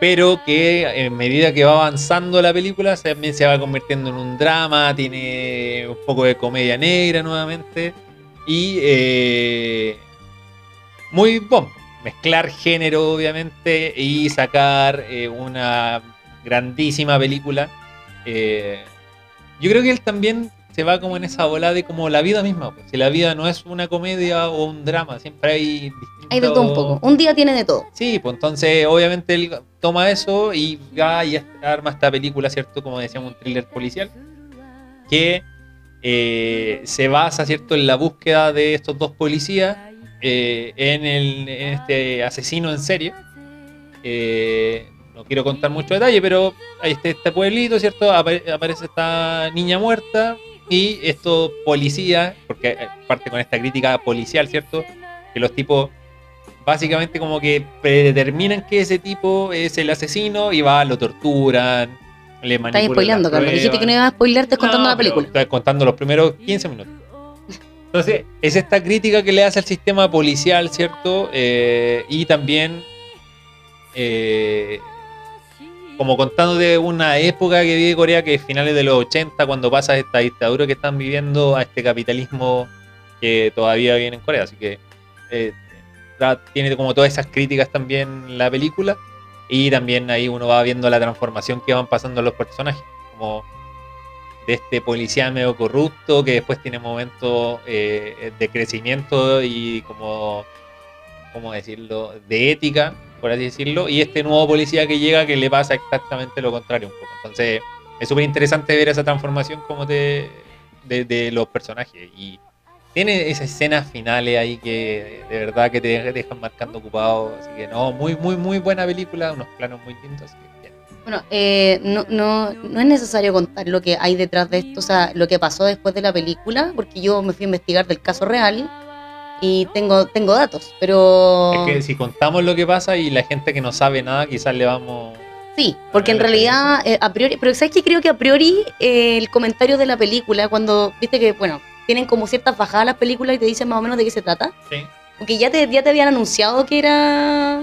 [SPEAKER 2] pero que en medida que va avanzando la película, se- también se va convirtiendo en un drama, tiene un poco de comedia negra nuevamente. Y eh, muy bomb. Mezclar género, obviamente, y sacar eh, una grandísima película. Eh, yo creo que él también se va como en esa bola de como la vida misma. pues. Si la vida no es una comedia o un drama, siempre hay distintos...
[SPEAKER 1] Hay de todo un poco. Un día tiene de todo.
[SPEAKER 2] Sí, pues entonces obviamente él toma eso y va y arma esta película, ¿cierto? Como decíamos, un thriller policial, que eh, se basa, ¿cierto?, en la búsqueda de estos dos policías, eh, en, el, en este asesino en serie. Eh, no quiero contar mucho detalle, pero ahí está este pueblito, ¿cierto? Apare- aparece esta niña muerta y estos policías, porque porque eh, parte con esta crítica policial, ¿cierto? Que los tipos básicamente como que predeterminan que ese tipo es el asesino y va, lo torturan, le manipulan.
[SPEAKER 1] Estás spoileando,
[SPEAKER 2] las
[SPEAKER 1] Carmen. Dijiste
[SPEAKER 2] pruebas.
[SPEAKER 1] que no ibas a spoilear, estás contando
[SPEAKER 2] No,
[SPEAKER 1] la
[SPEAKER 2] pero
[SPEAKER 1] película.
[SPEAKER 2] Estoy contando los primeros 15 minutos. Entonces, es esta crítica que le hace al sistema policial, ¿cierto? Eh, y también, eh, como contando de una época que vive Corea, que es finales de los 80, cuando pasa esta dictadura que están viviendo a este capitalismo que todavía viene en Corea. Así que eh, tra- tiene como todas esas críticas también la película. Y también ahí uno va viendo la transformación que van pasando los personajes. Como de este policía medio corrupto que después tiene momentos eh, de crecimiento y como, ¿cómo decirlo? De ética, por así decirlo. Y este nuevo policía que llega que le pasa exactamente lo contrario un poco. Entonces es súper interesante ver esa transformación como de, de, de los personajes. Y tiene esas escenas finales ahí que de verdad que te dejan marcando ocupado. Así que no, muy, muy, muy buena película. Unos planos muy lindos. así que bien.
[SPEAKER 1] Bueno, eh, no, no, no es necesario contar lo que hay detrás de esto, o sea, lo que pasó después de la película, porque yo me fui a investigar del caso real y tengo, tengo datos, pero...
[SPEAKER 2] Es que si contamos lo que pasa y la gente que no sabe nada, quizás le vamos.
[SPEAKER 1] Sí, porque en
[SPEAKER 2] Ah, la
[SPEAKER 1] realidad, eh, a priori, pero ¿sabes qué? Creo que a priori eh, el comentario de la película, cuando, viste que, bueno, tienen como ciertas bajadas las películas y te dicen más o menos de qué se trata, porque ya te, ya te habían anunciado que era...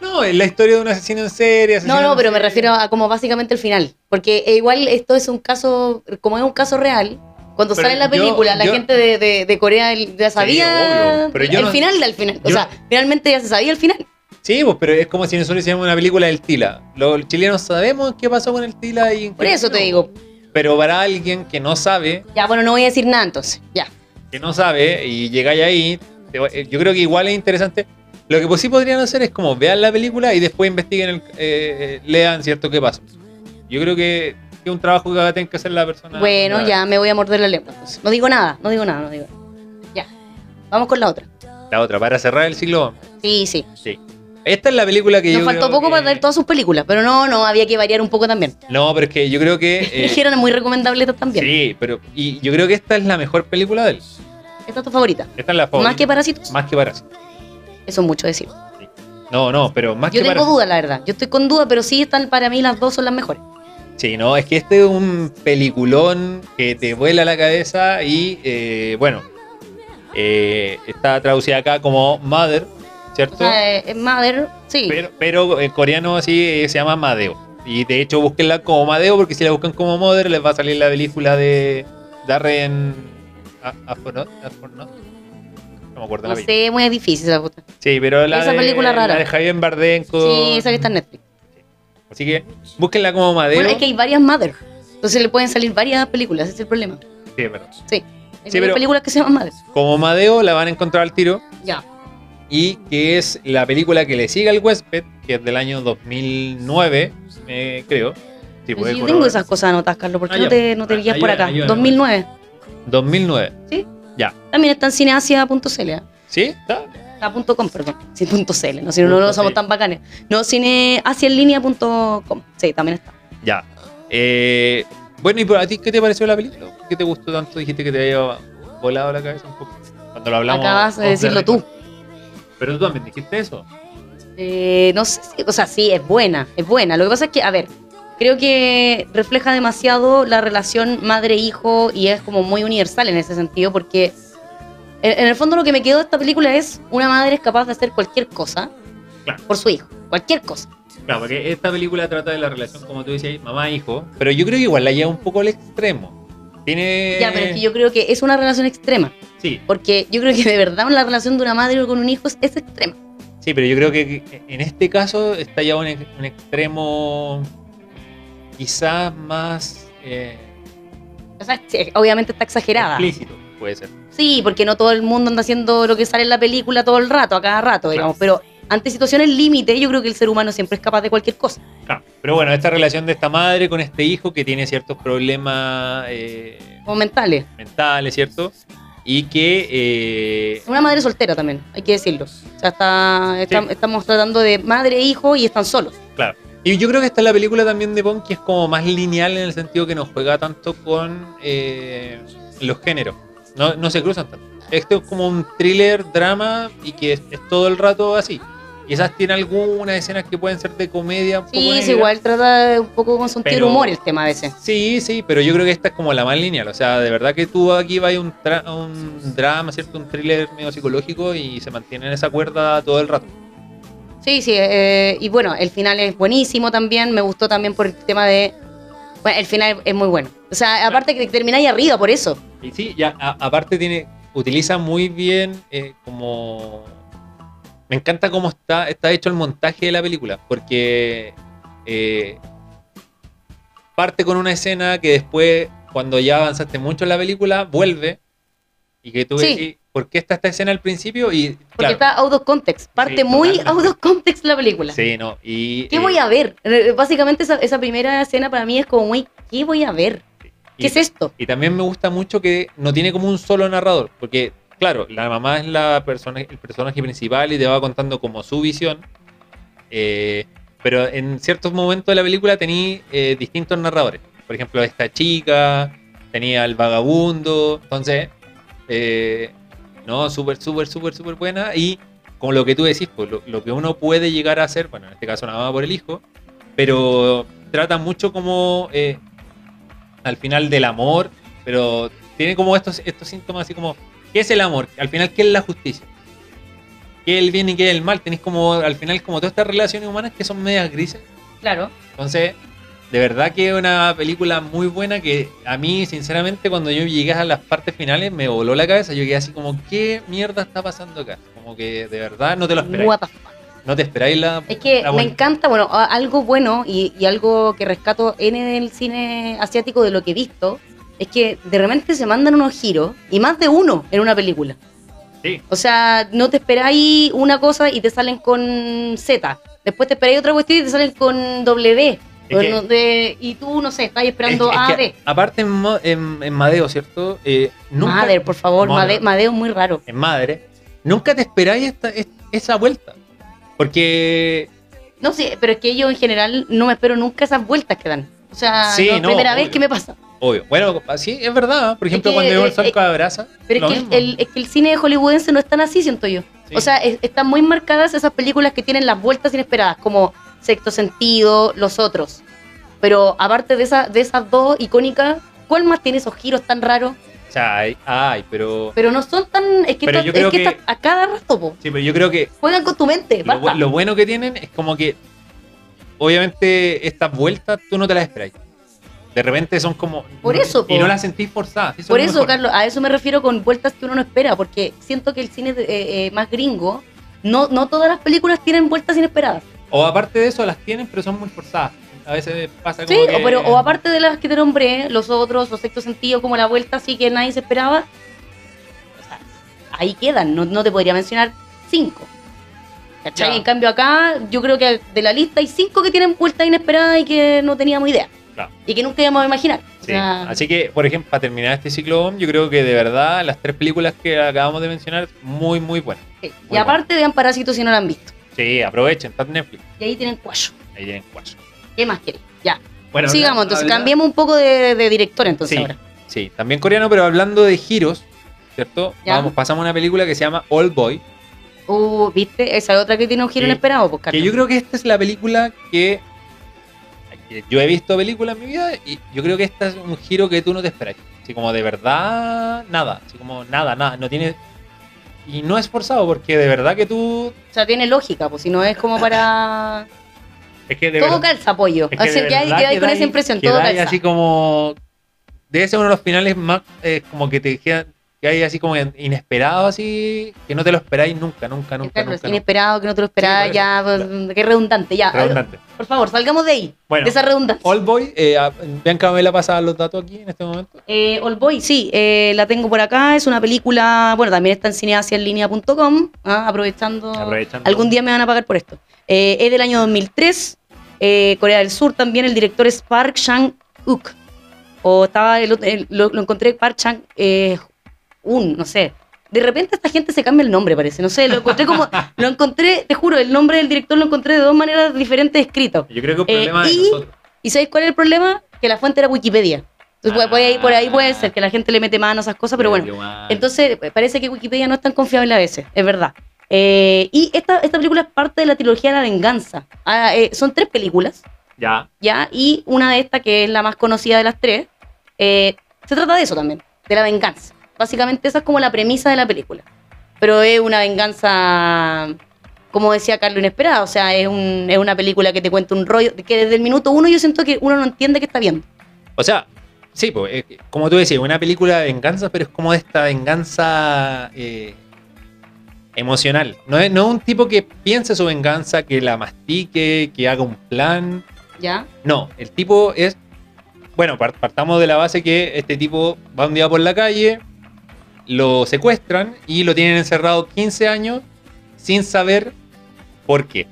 [SPEAKER 2] No, es la historia de un asesino en serie. asesino
[SPEAKER 1] No, no,
[SPEAKER 2] en
[SPEAKER 1] pero me
[SPEAKER 2] serie.
[SPEAKER 1] refiero a como básicamente el final, porque eh, igual esto es un caso, como es un caso real, cuando
[SPEAKER 2] Pero
[SPEAKER 1] sale la
[SPEAKER 2] yo-
[SPEAKER 1] película, la
[SPEAKER 2] yo-
[SPEAKER 1] gente de, de- de Corea el- ya sabía
[SPEAKER 2] obvio, pero yo
[SPEAKER 1] el
[SPEAKER 2] no-
[SPEAKER 1] final del final, o
[SPEAKER 2] yo-
[SPEAKER 1] sea, finalmente ya se sabía el final.
[SPEAKER 2] Sí, pues, pero es como si nosotros hiciéramos una película del Tila. Los chilenos sabemos qué pasó con el Tila y. en
[SPEAKER 1] Por
[SPEAKER 2] qué
[SPEAKER 1] eso te
[SPEAKER 2] terminó.
[SPEAKER 1] digo,
[SPEAKER 2] Pero para alguien que no sabe,
[SPEAKER 1] ya, bueno, no voy a decir nada entonces, ya.
[SPEAKER 2] que no sabe y llegáis ahí, te va- eh, yo creo que igual es interesante. Lo que pues sí podrían hacer es como vean la película y después investiguen, el, eh, lean, ¿cierto? ¿Qué pasó? Yo creo que que es un trabajo que va a tener que hacer la persona.
[SPEAKER 1] Bueno,
[SPEAKER 2] la-
[SPEAKER 1] ya me voy a morder la lengua. entonces. No digo nada, no digo nada, no digo nada. Ya. Vamos con la otra.
[SPEAKER 2] La otra, para cerrar el siglo.
[SPEAKER 1] Sí, sí.
[SPEAKER 2] Sí. Esta es la película que
[SPEAKER 1] Nos
[SPEAKER 2] yo.
[SPEAKER 1] faltó
[SPEAKER 2] creo
[SPEAKER 1] poco
[SPEAKER 2] que-
[SPEAKER 1] para ver todas sus películas, pero no, no, había que variar un poco también.
[SPEAKER 2] No, pero es que yo creo que. eh,
[SPEAKER 1] Dijeron muy recomendables estas también.
[SPEAKER 2] sí, pero. Y yo creo que esta es la mejor película de él.
[SPEAKER 1] Esta es tu favorita.
[SPEAKER 2] Esta es la favorita.
[SPEAKER 1] Más que Parásitos.
[SPEAKER 2] Más que Parásito.
[SPEAKER 1] Eso es mucho decir.
[SPEAKER 2] No, no, pero más
[SPEAKER 1] Yo
[SPEAKER 2] que
[SPEAKER 1] tengo
[SPEAKER 2] Parásito.
[SPEAKER 1] duda, la verdad. Yo estoy con duda, pero sí están para mí las dos son las mejores.
[SPEAKER 2] Sí, no, es que este es un peliculón que te vuela la cabeza y, eh, bueno, eh, está traducida acá como Mother, ¿cierto?
[SPEAKER 1] O sea, eh, Mother, sí.
[SPEAKER 2] Pero, pero en coreano así eh, se llama Madeo. Y de hecho búsquenla como Madeo porque si la buscan como Mother les va a salir la película de Darren A- Afono- Afono- No me acuerdo
[SPEAKER 1] no
[SPEAKER 2] la película.
[SPEAKER 1] sé, muy difícil esa puta.
[SPEAKER 2] Sí, pero la
[SPEAKER 1] Esa
[SPEAKER 2] de,
[SPEAKER 1] película rara.
[SPEAKER 2] la de Javier Bardem con-
[SPEAKER 1] Sí, esa que está en Netflix.
[SPEAKER 2] Así que búsquenla como Madeo.
[SPEAKER 1] Bueno, es que hay varias Mother. Entonces le pueden salir varias películas, ese es el problema.
[SPEAKER 2] Sí, es verdad.
[SPEAKER 1] Sí. Hay
[SPEAKER 2] Sí,
[SPEAKER 1] varias
[SPEAKER 2] pero-
[SPEAKER 1] películas que se llaman Mother.
[SPEAKER 2] Como Madeo la van a encontrar al tiro.
[SPEAKER 1] Ya.
[SPEAKER 2] y que es la película que le sigue al huésped, que es del año 2009, eh, creo. Sí,
[SPEAKER 1] Pero
[SPEAKER 2] pues,
[SPEAKER 1] si yo
[SPEAKER 2] por
[SPEAKER 1] tengo
[SPEAKER 2] ahora.
[SPEAKER 1] esas cosas anotadas, Carlos. ¿Por qué
[SPEAKER 2] Ah,
[SPEAKER 1] no
[SPEAKER 2] ya.
[SPEAKER 1] te, no te
[SPEAKER 2] Ah,
[SPEAKER 1] guías por
[SPEAKER 2] ayúdame,
[SPEAKER 1] acá?
[SPEAKER 2] ayúdame.
[SPEAKER 1] 2009.
[SPEAKER 2] 2009.
[SPEAKER 1] También está en cineasia.cl. ah.
[SPEAKER 2] ¿Sí? ¿Está?
[SPEAKER 1] Ah, punto .com, perdón. Sí, punto .cl. No, si no, no,
[SPEAKER 2] Punto
[SPEAKER 1] somos
[SPEAKER 2] C. E
[SPEAKER 1] tan bacanes. No, cineasiaenlinea.com. Sí, también está.
[SPEAKER 2] Ya. Eh, bueno, ¿y por a ti qué te pareció la película? ¿Qué te gustó tanto? Dijiste que te había volado la cabeza un poco. Cuando lo hablamos.
[SPEAKER 1] Acabas de
[SPEAKER 2] off the
[SPEAKER 1] decirlo
[SPEAKER 2] record.
[SPEAKER 1] tú.
[SPEAKER 2] Pero tú también dijiste eso.
[SPEAKER 1] Eh, no sé si, o sea, sí, es buena, es buena. Lo que pasa es que, a ver, creo que refleja demasiado la relación madre-hijo y es como muy universal en ese sentido porque en, en el fondo lo que me quedó de esta película es una madre es capaz de hacer cualquier cosa
[SPEAKER 2] Claro.
[SPEAKER 1] por su hijo, cualquier cosa.
[SPEAKER 2] Claro, porque esta película trata de la relación, como tú decías, mamá-hijo. Pero yo creo que igual la lleva un poco al extremo. Tiene.
[SPEAKER 1] Ya, pero es que yo creo que es una relación extrema.
[SPEAKER 2] Sí,
[SPEAKER 1] Porque yo creo que de verdad la relación de una madre con un hijo es, es extrema.
[SPEAKER 2] Sí, pero yo creo que en este caso está ya un, ex- un extremo quizás más eh,
[SPEAKER 1] O sea, sí, obviamente está exagerada.
[SPEAKER 2] explícito, puede ser.
[SPEAKER 1] Sí, porque no todo el mundo anda haciendo lo que sale en la película todo el rato, a cada rato, digamos. Pero ante situaciones límite, yo creo que el ser humano siempre es capaz de cualquier cosa.
[SPEAKER 2] Claro. Pero bueno, esta relación de esta madre con este hijo que tiene ciertos problemas eh,
[SPEAKER 1] Como mentales.
[SPEAKER 2] mentales, ¿cierto? Y que... eh,
[SPEAKER 1] Una madre soltera también, hay que decirlo. O sea, está, está-
[SPEAKER 2] Sí.
[SPEAKER 1] estamos tratando de madre e hijo y están solos.
[SPEAKER 2] y yo creo que esta es la película también de Bond que es como más lineal en el sentido que no juega tanto con eh, los géneros. No, no se cruzan tanto. Este es como un thriller, drama y que es, es todo el rato así. Quizás tiene algunas escenas que pueden ser de comedia. Un poco
[SPEAKER 1] Sí, sí,
[SPEAKER 2] negra.
[SPEAKER 1] igual trata un poco con sentido del
[SPEAKER 2] Pero-
[SPEAKER 1] humor el tema a veces.
[SPEAKER 2] Sí, sí, pero yo creo que esta es como la más lineal. O sea, de verdad que tú aquí vas a un, tra- a un drama, ¿cierto? Un thriller medio psicológico y se mantiene en esa cuerda todo el rato.
[SPEAKER 1] Sí, sí, eh, y bueno, el final es buenísimo también, me gustó también por el tema de... Bueno, el final es muy bueno. O sea, aparte que termináis arriba por eso.
[SPEAKER 2] Y sí, ya, a- aparte tiene, utiliza muy bien eh, como... Me encanta cómo está, está hecho el montaje de la película, porque eh, parte con una escena que después, cuando ya avanzaste mucho en la película, vuelve y que tú
[SPEAKER 1] Sí.
[SPEAKER 2] decís, ¿por qué está esta escena al principio? Y,
[SPEAKER 1] Porque
[SPEAKER 2] claro,
[SPEAKER 1] está out of context, parte
[SPEAKER 2] Sí,
[SPEAKER 1] muy
[SPEAKER 2] totalmente.
[SPEAKER 1] out of context la película.
[SPEAKER 2] Sí, no, y...
[SPEAKER 1] ¿Qué
[SPEAKER 2] eh,
[SPEAKER 1] voy a ver? Eh, Básicamente esa, esa primera escena para mí es como muy, ¿qué voy a ver?
[SPEAKER 2] y-
[SPEAKER 1] ¿Qué es esto?
[SPEAKER 2] Y también me gusta mucho que no tiene como un solo narrador, porque claro, la mamá es la persona, el personaje principal y te va contando como su visión, eh, pero en ciertos momentos de la película tenía distintos narradores. Por ejemplo, esta chica, tenía al vagabundo, entonces, eh, no, súper, súper, súper, súper buena y con lo que tú decís, pues, lo, lo que uno puede llegar a hacer, bueno, en este caso la mamá por el hijo, pero trata mucho como eh, al final del amor, pero tiene como estos, estos síntomas así como, ¿qué es el amor? Al final, ¿qué es la justicia? ¿Qué es el bien y qué es el mal? Tenés como, al final, como todas estas relaciones humanas que son medias grises.
[SPEAKER 1] Claro.
[SPEAKER 2] Entonces, de verdad que es una película muy buena que a mí, sinceramente, cuando yo llegué a las partes finales, me voló la cabeza. Yo quedé así como, ¿qué mierda está pasando acá? Como que de verdad no te lo esperáis.
[SPEAKER 1] What the fuck.
[SPEAKER 2] No te esperáis la...
[SPEAKER 1] Es que
[SPEAKER 2] la
[SPEAKER 1] me
[SPEAKER 2] vuelta.
[SPEAKER 1] encanta, bueno, a- algo bueno y, y algo que rescato en el cine asiático de lo que he visto, es que de repente se mandan unos giros y más de uno en una película.
[SPEAKER 2] Sí.
[SPEAKER 1] O sea, no te esperáis una cosa y te salen con Z. Después te esperáis otra cuestión y te salen con W.
[SPEAKER 2] Es que-
[SPEAKER 1] Bueno, de- y tú, no sé, estás esperando
[SPEAKER 2] Es que-
[SPEAKER 1] A,
[SPEAKER 2] es que
[SPEAKER 1] D.
[SPEAKER 2] aparte en, Mo- en- en Madeo, ¿cierto? Eh, nunca-
[SPEAKER 1] Madre, por favor,
[SPEAKER 2] Madre.
[SPEAKER 1] Made- Madeo es muy raro.
[SPEAKER 2] en madre, nunca te esperáis esta, es- esa vuelta. Porque
[SPEAKER 1] No sé, pero es que yo en general no me espero nunca esas vueltas que dan. O sea,
[SPEAKER 2] Sí,
[SPEAKER 1] no,
[SPEAKER 2] no,
[SPEAKER 1] primera vez
[SPEAKER 2] obvio.
[SPEAKER 1] que me pasa.
[SPEAKER 2] Obvio. Bueno, así es verdad. ¿eh? Por ejemplo,
[SPEAKER 1] que,
[SPEAKER 2] cuando veo el
[SPEAKER 1] eh,
[SPEAKER 2] Sanco de Abraza.
[SPEAKER 1] Pero
[SPEAKER 2] lo
[SPEAKER 1] es
[SPEAKER 2] mismo.
[SPEAKER 1] que, el, es que el cine hollywoodense no es tan así, siento yo.
[SPEAKER 2] Sí.
[SPEAKER 1] O sea, es- están muy marcadas esas películas que tienen las vueltas inesperadas, como Sexto Sentido, Los Otros. Pero aparte de, esa, de esas dos icónicas, ¿cuál más tiene esos giros tan raros?
[SPEAKER 2] O sea, ay, ay, pero.
[SPEAKER 1] Pero no son tan... Es que,
[SPEAKER 2] Pero
[SPEAKER 1] estas-
[SPEAKER 2] yo creo
[SPEAKER 1] es que
[SPEAKER 2] que-
[SPEAKER 1] estas a cada rato, po.
[SPEAKER 2] Sí, pero yo creo que
[SPEAKER 1] Juegan con tu mente,
[SPEAKER 2] lo,
[SPEAKER 1] basta.
[SPEAKER 2] bu- lo bueno que tienen es como que. Obviamente, estas vueltas tú no te las esperáis. De repente son como.
[SPEAKER 1] Por
[SPEAKER 2] no-
[SPEAKER 1] eso,
[SPEAKER 2] Y
[SPEAKER 1] po.
[SPEAKER 2] no las sentís forzadas. es
[SPEAKER 1] Por
[SPEAKER 2] lo
[SPEAKER 1] eso,
[SPEAKER 2] mejor.
[SPEAKER 1] Carlos, a eso me refiero con vueltas que uno no espera, porque siento que el cine eh, eh, más gringo, no, no todas las películas tienen vueltas inesperadas.
[SPEAKER 2] O aparte de eso, las tienen, pero son muy forzadas. A veces pasa
[SPEAKER 1] Sí,
[SPEAKER 2] como. que-
[SPEAKER 1] o, pero, o aparte de las que te nombré, los otros, los sexto sentido, como la vuelta así que nadie se esperaba, o sea, ahí quedan, no, no te podría mencionar cinco. ¿Cachai?
[SPEAKER 2] Ya.
[SPEAKER 1] En cambio acá, yo creo que de la lista hay cinco que tienen vueltas inesperadas y que no teníamos idea.
[SPEAKER 2] Claro.
[SPEAKER 1] Y que nunca íbamos a imaginar. O
[SPEAKER 2] Sí,
[SPEAKER 1] sea,
[SPEAKER 2] Así que, por ejemplo, para terminar este ciclo, yo creo que de verdad las tres películas que acabamos de mencionar, muy, muy buenas.
[SPEAKER 1] sí. Y
[SPEAKER 2] muy
[SPEAKER 1] aparte vean Parásitos si no la han visto.
[SPEAKER 2] Sí, aprovechen, está en Netflix.
[SPEAKER 1] Y ahí tienen cuatro.
[SPEAKER 2] Ahí tienen cuatro.
[SPEAKER 1] ¿Qué más queréis? Ya.
[SPEAKER 2] Bueno,
[SPEAKER 1] Sigamos,
[SPEAKER 2] habla-
[SPEAKER 1] entonces
[SPEAKER 2] habla-
[SPEAKER 1] cambiemos un poco de, de director entonces
[SPEAKER 2] Sí,
[SPEAKER 1] ahora.
[SPEAKER 2] sí, también coreano, pero hablando de giros, ¿cierto?
[SPEAKER 1] Ya.
[SPEAKER 2] Vamos, pasamos a una película que se llama Old Boy.
[SPEAKER 1] Uh, ¿viste? Esa es otra que tiene un giro
[SPEAKER 2] Sí.
[SPEAKER 1] inesperado, pues, Carlos.
[SPEAKER 2] Que yo creo que esta es la película que. que Yo he visto películas en mi vida y yo creo que esta es un giro que tú no te esperas. Así como de verdad, nada. Así como nada, nada. No tiene. Y no es forzado porque de verdad que tú.
[SPEAKER 1] O sea, tiene lógica, pues si no es como para...
[SPEAKER 2] Es que de
[SPEAKER 1] todo
[SPEAKER 2] verdad-
[SPEAKER 1] calza, pollo.
[SPEAKER 2] Es
[SPEAKER 1] así
[SPEAKER 2] de
[SPEAKER 1] que ahí
[SPEAKER 2] verdad
[SPEAKER 1] quedáis con
[SPEAKER 2] quedáis-
[SPEAKER 1] esa impresión, todo
[SPEAKER 2] quedáis
[SPEAKER 1] calza.
[SPEAKER 2] así como. Debe ser uno de los finales más. eh, como que te queda- que hay así como en- inesperado, así. Que no te lo esperáis nunca, nunca, nunca,
[SPEAKER 1] Claro, es
[SPEAKER 2] nunca. nunca.
[SPEAKER 1] inesperado, que no te lo
[SPEAKER 2] Sí,
[SPEAKER 1] esperaba,
[SPEAKER 2] por eso,
[SPEAKER 1] ya, pues, qué redundante, ya.
[SPEAKER 2] Redundante.
[SPEAKER 1] Ay, Por favor, salgamos de ahí,
[SPEAKER 2] Bueno,
[SPEAKER 1] de esa redundancia. All,
[SPEAKER 2] All Boy, eh, a- Bianca me la pasaba los datos aquí en este momento.
[SPEAKER 1] eh, All Boy, sí, eh, la tengo por acá, es una película, bueno, también está en cineasiaenlinea.com, ah, aprovechando,
[SPEAKER 2] Aprovechando.
[SPEAKER 1] algún día me van a pagar por esto. Eh, es del año 2003, eh, Corea del Sur también, el director es Park Chang-uk, o estaba, el otro- el- lo, lo encontré Park Chang-un, no sé. De repente esta gente se cambia el nombre, parece. No sé, lo encontré como. lo encontré, te juro, el nombre del director lo encontré de dos maneras diferentes escrito.
[SPEAKER 2] Yo creo que un
[SPEAKER 1] Eh,
[SPEAKER 2] problema de
[SPEAKER 1] y-
[SPEAKER 2] nosotros.
[SPEAKER 1] ¿Y sabéis cuál es el problema? Que la fuente era Wikipedia. Entonces, puede- puede- por ahí puede ser que la gente le mete mano a esas cosas, pero bueno. Entonces, eh, parece que Wikipedia no es tan confiable a veces, es verdad. Eh, y esta, esta película es parte de la trilogía de la venganza. Ah, eh, son tres películas,
[SPEAKER 2] Ya.
[SPEAKER 1] ¿ya? Y una de estas, que es la más conocida de las tres, eh, se trata de eso también, de la venganza. Básicamente esa es como la premisa de la película. Pero es una venganza, como decía Carlos, inesperada. O sea, es, un- es una película que te cuenta un rollo, que desde el minuto uno yo siento que uno no entiende qué está viendo.
[SPEAKER 2] O sea, sí, pues, eh, como tú decías, una película de venganza, pero es como esta venganza eh, emocional. No es, no es un tipo que piense su venganza, que la mastique, que haga un plan.
[SPEAKER 1] ¿Ya?
[SPEAKER 2] No, el tipo es. Bueno, par- partamos de la base que este tipo va un día por la calle, lo secuestran y lo tienen encerrado 15 años sin saber por qué.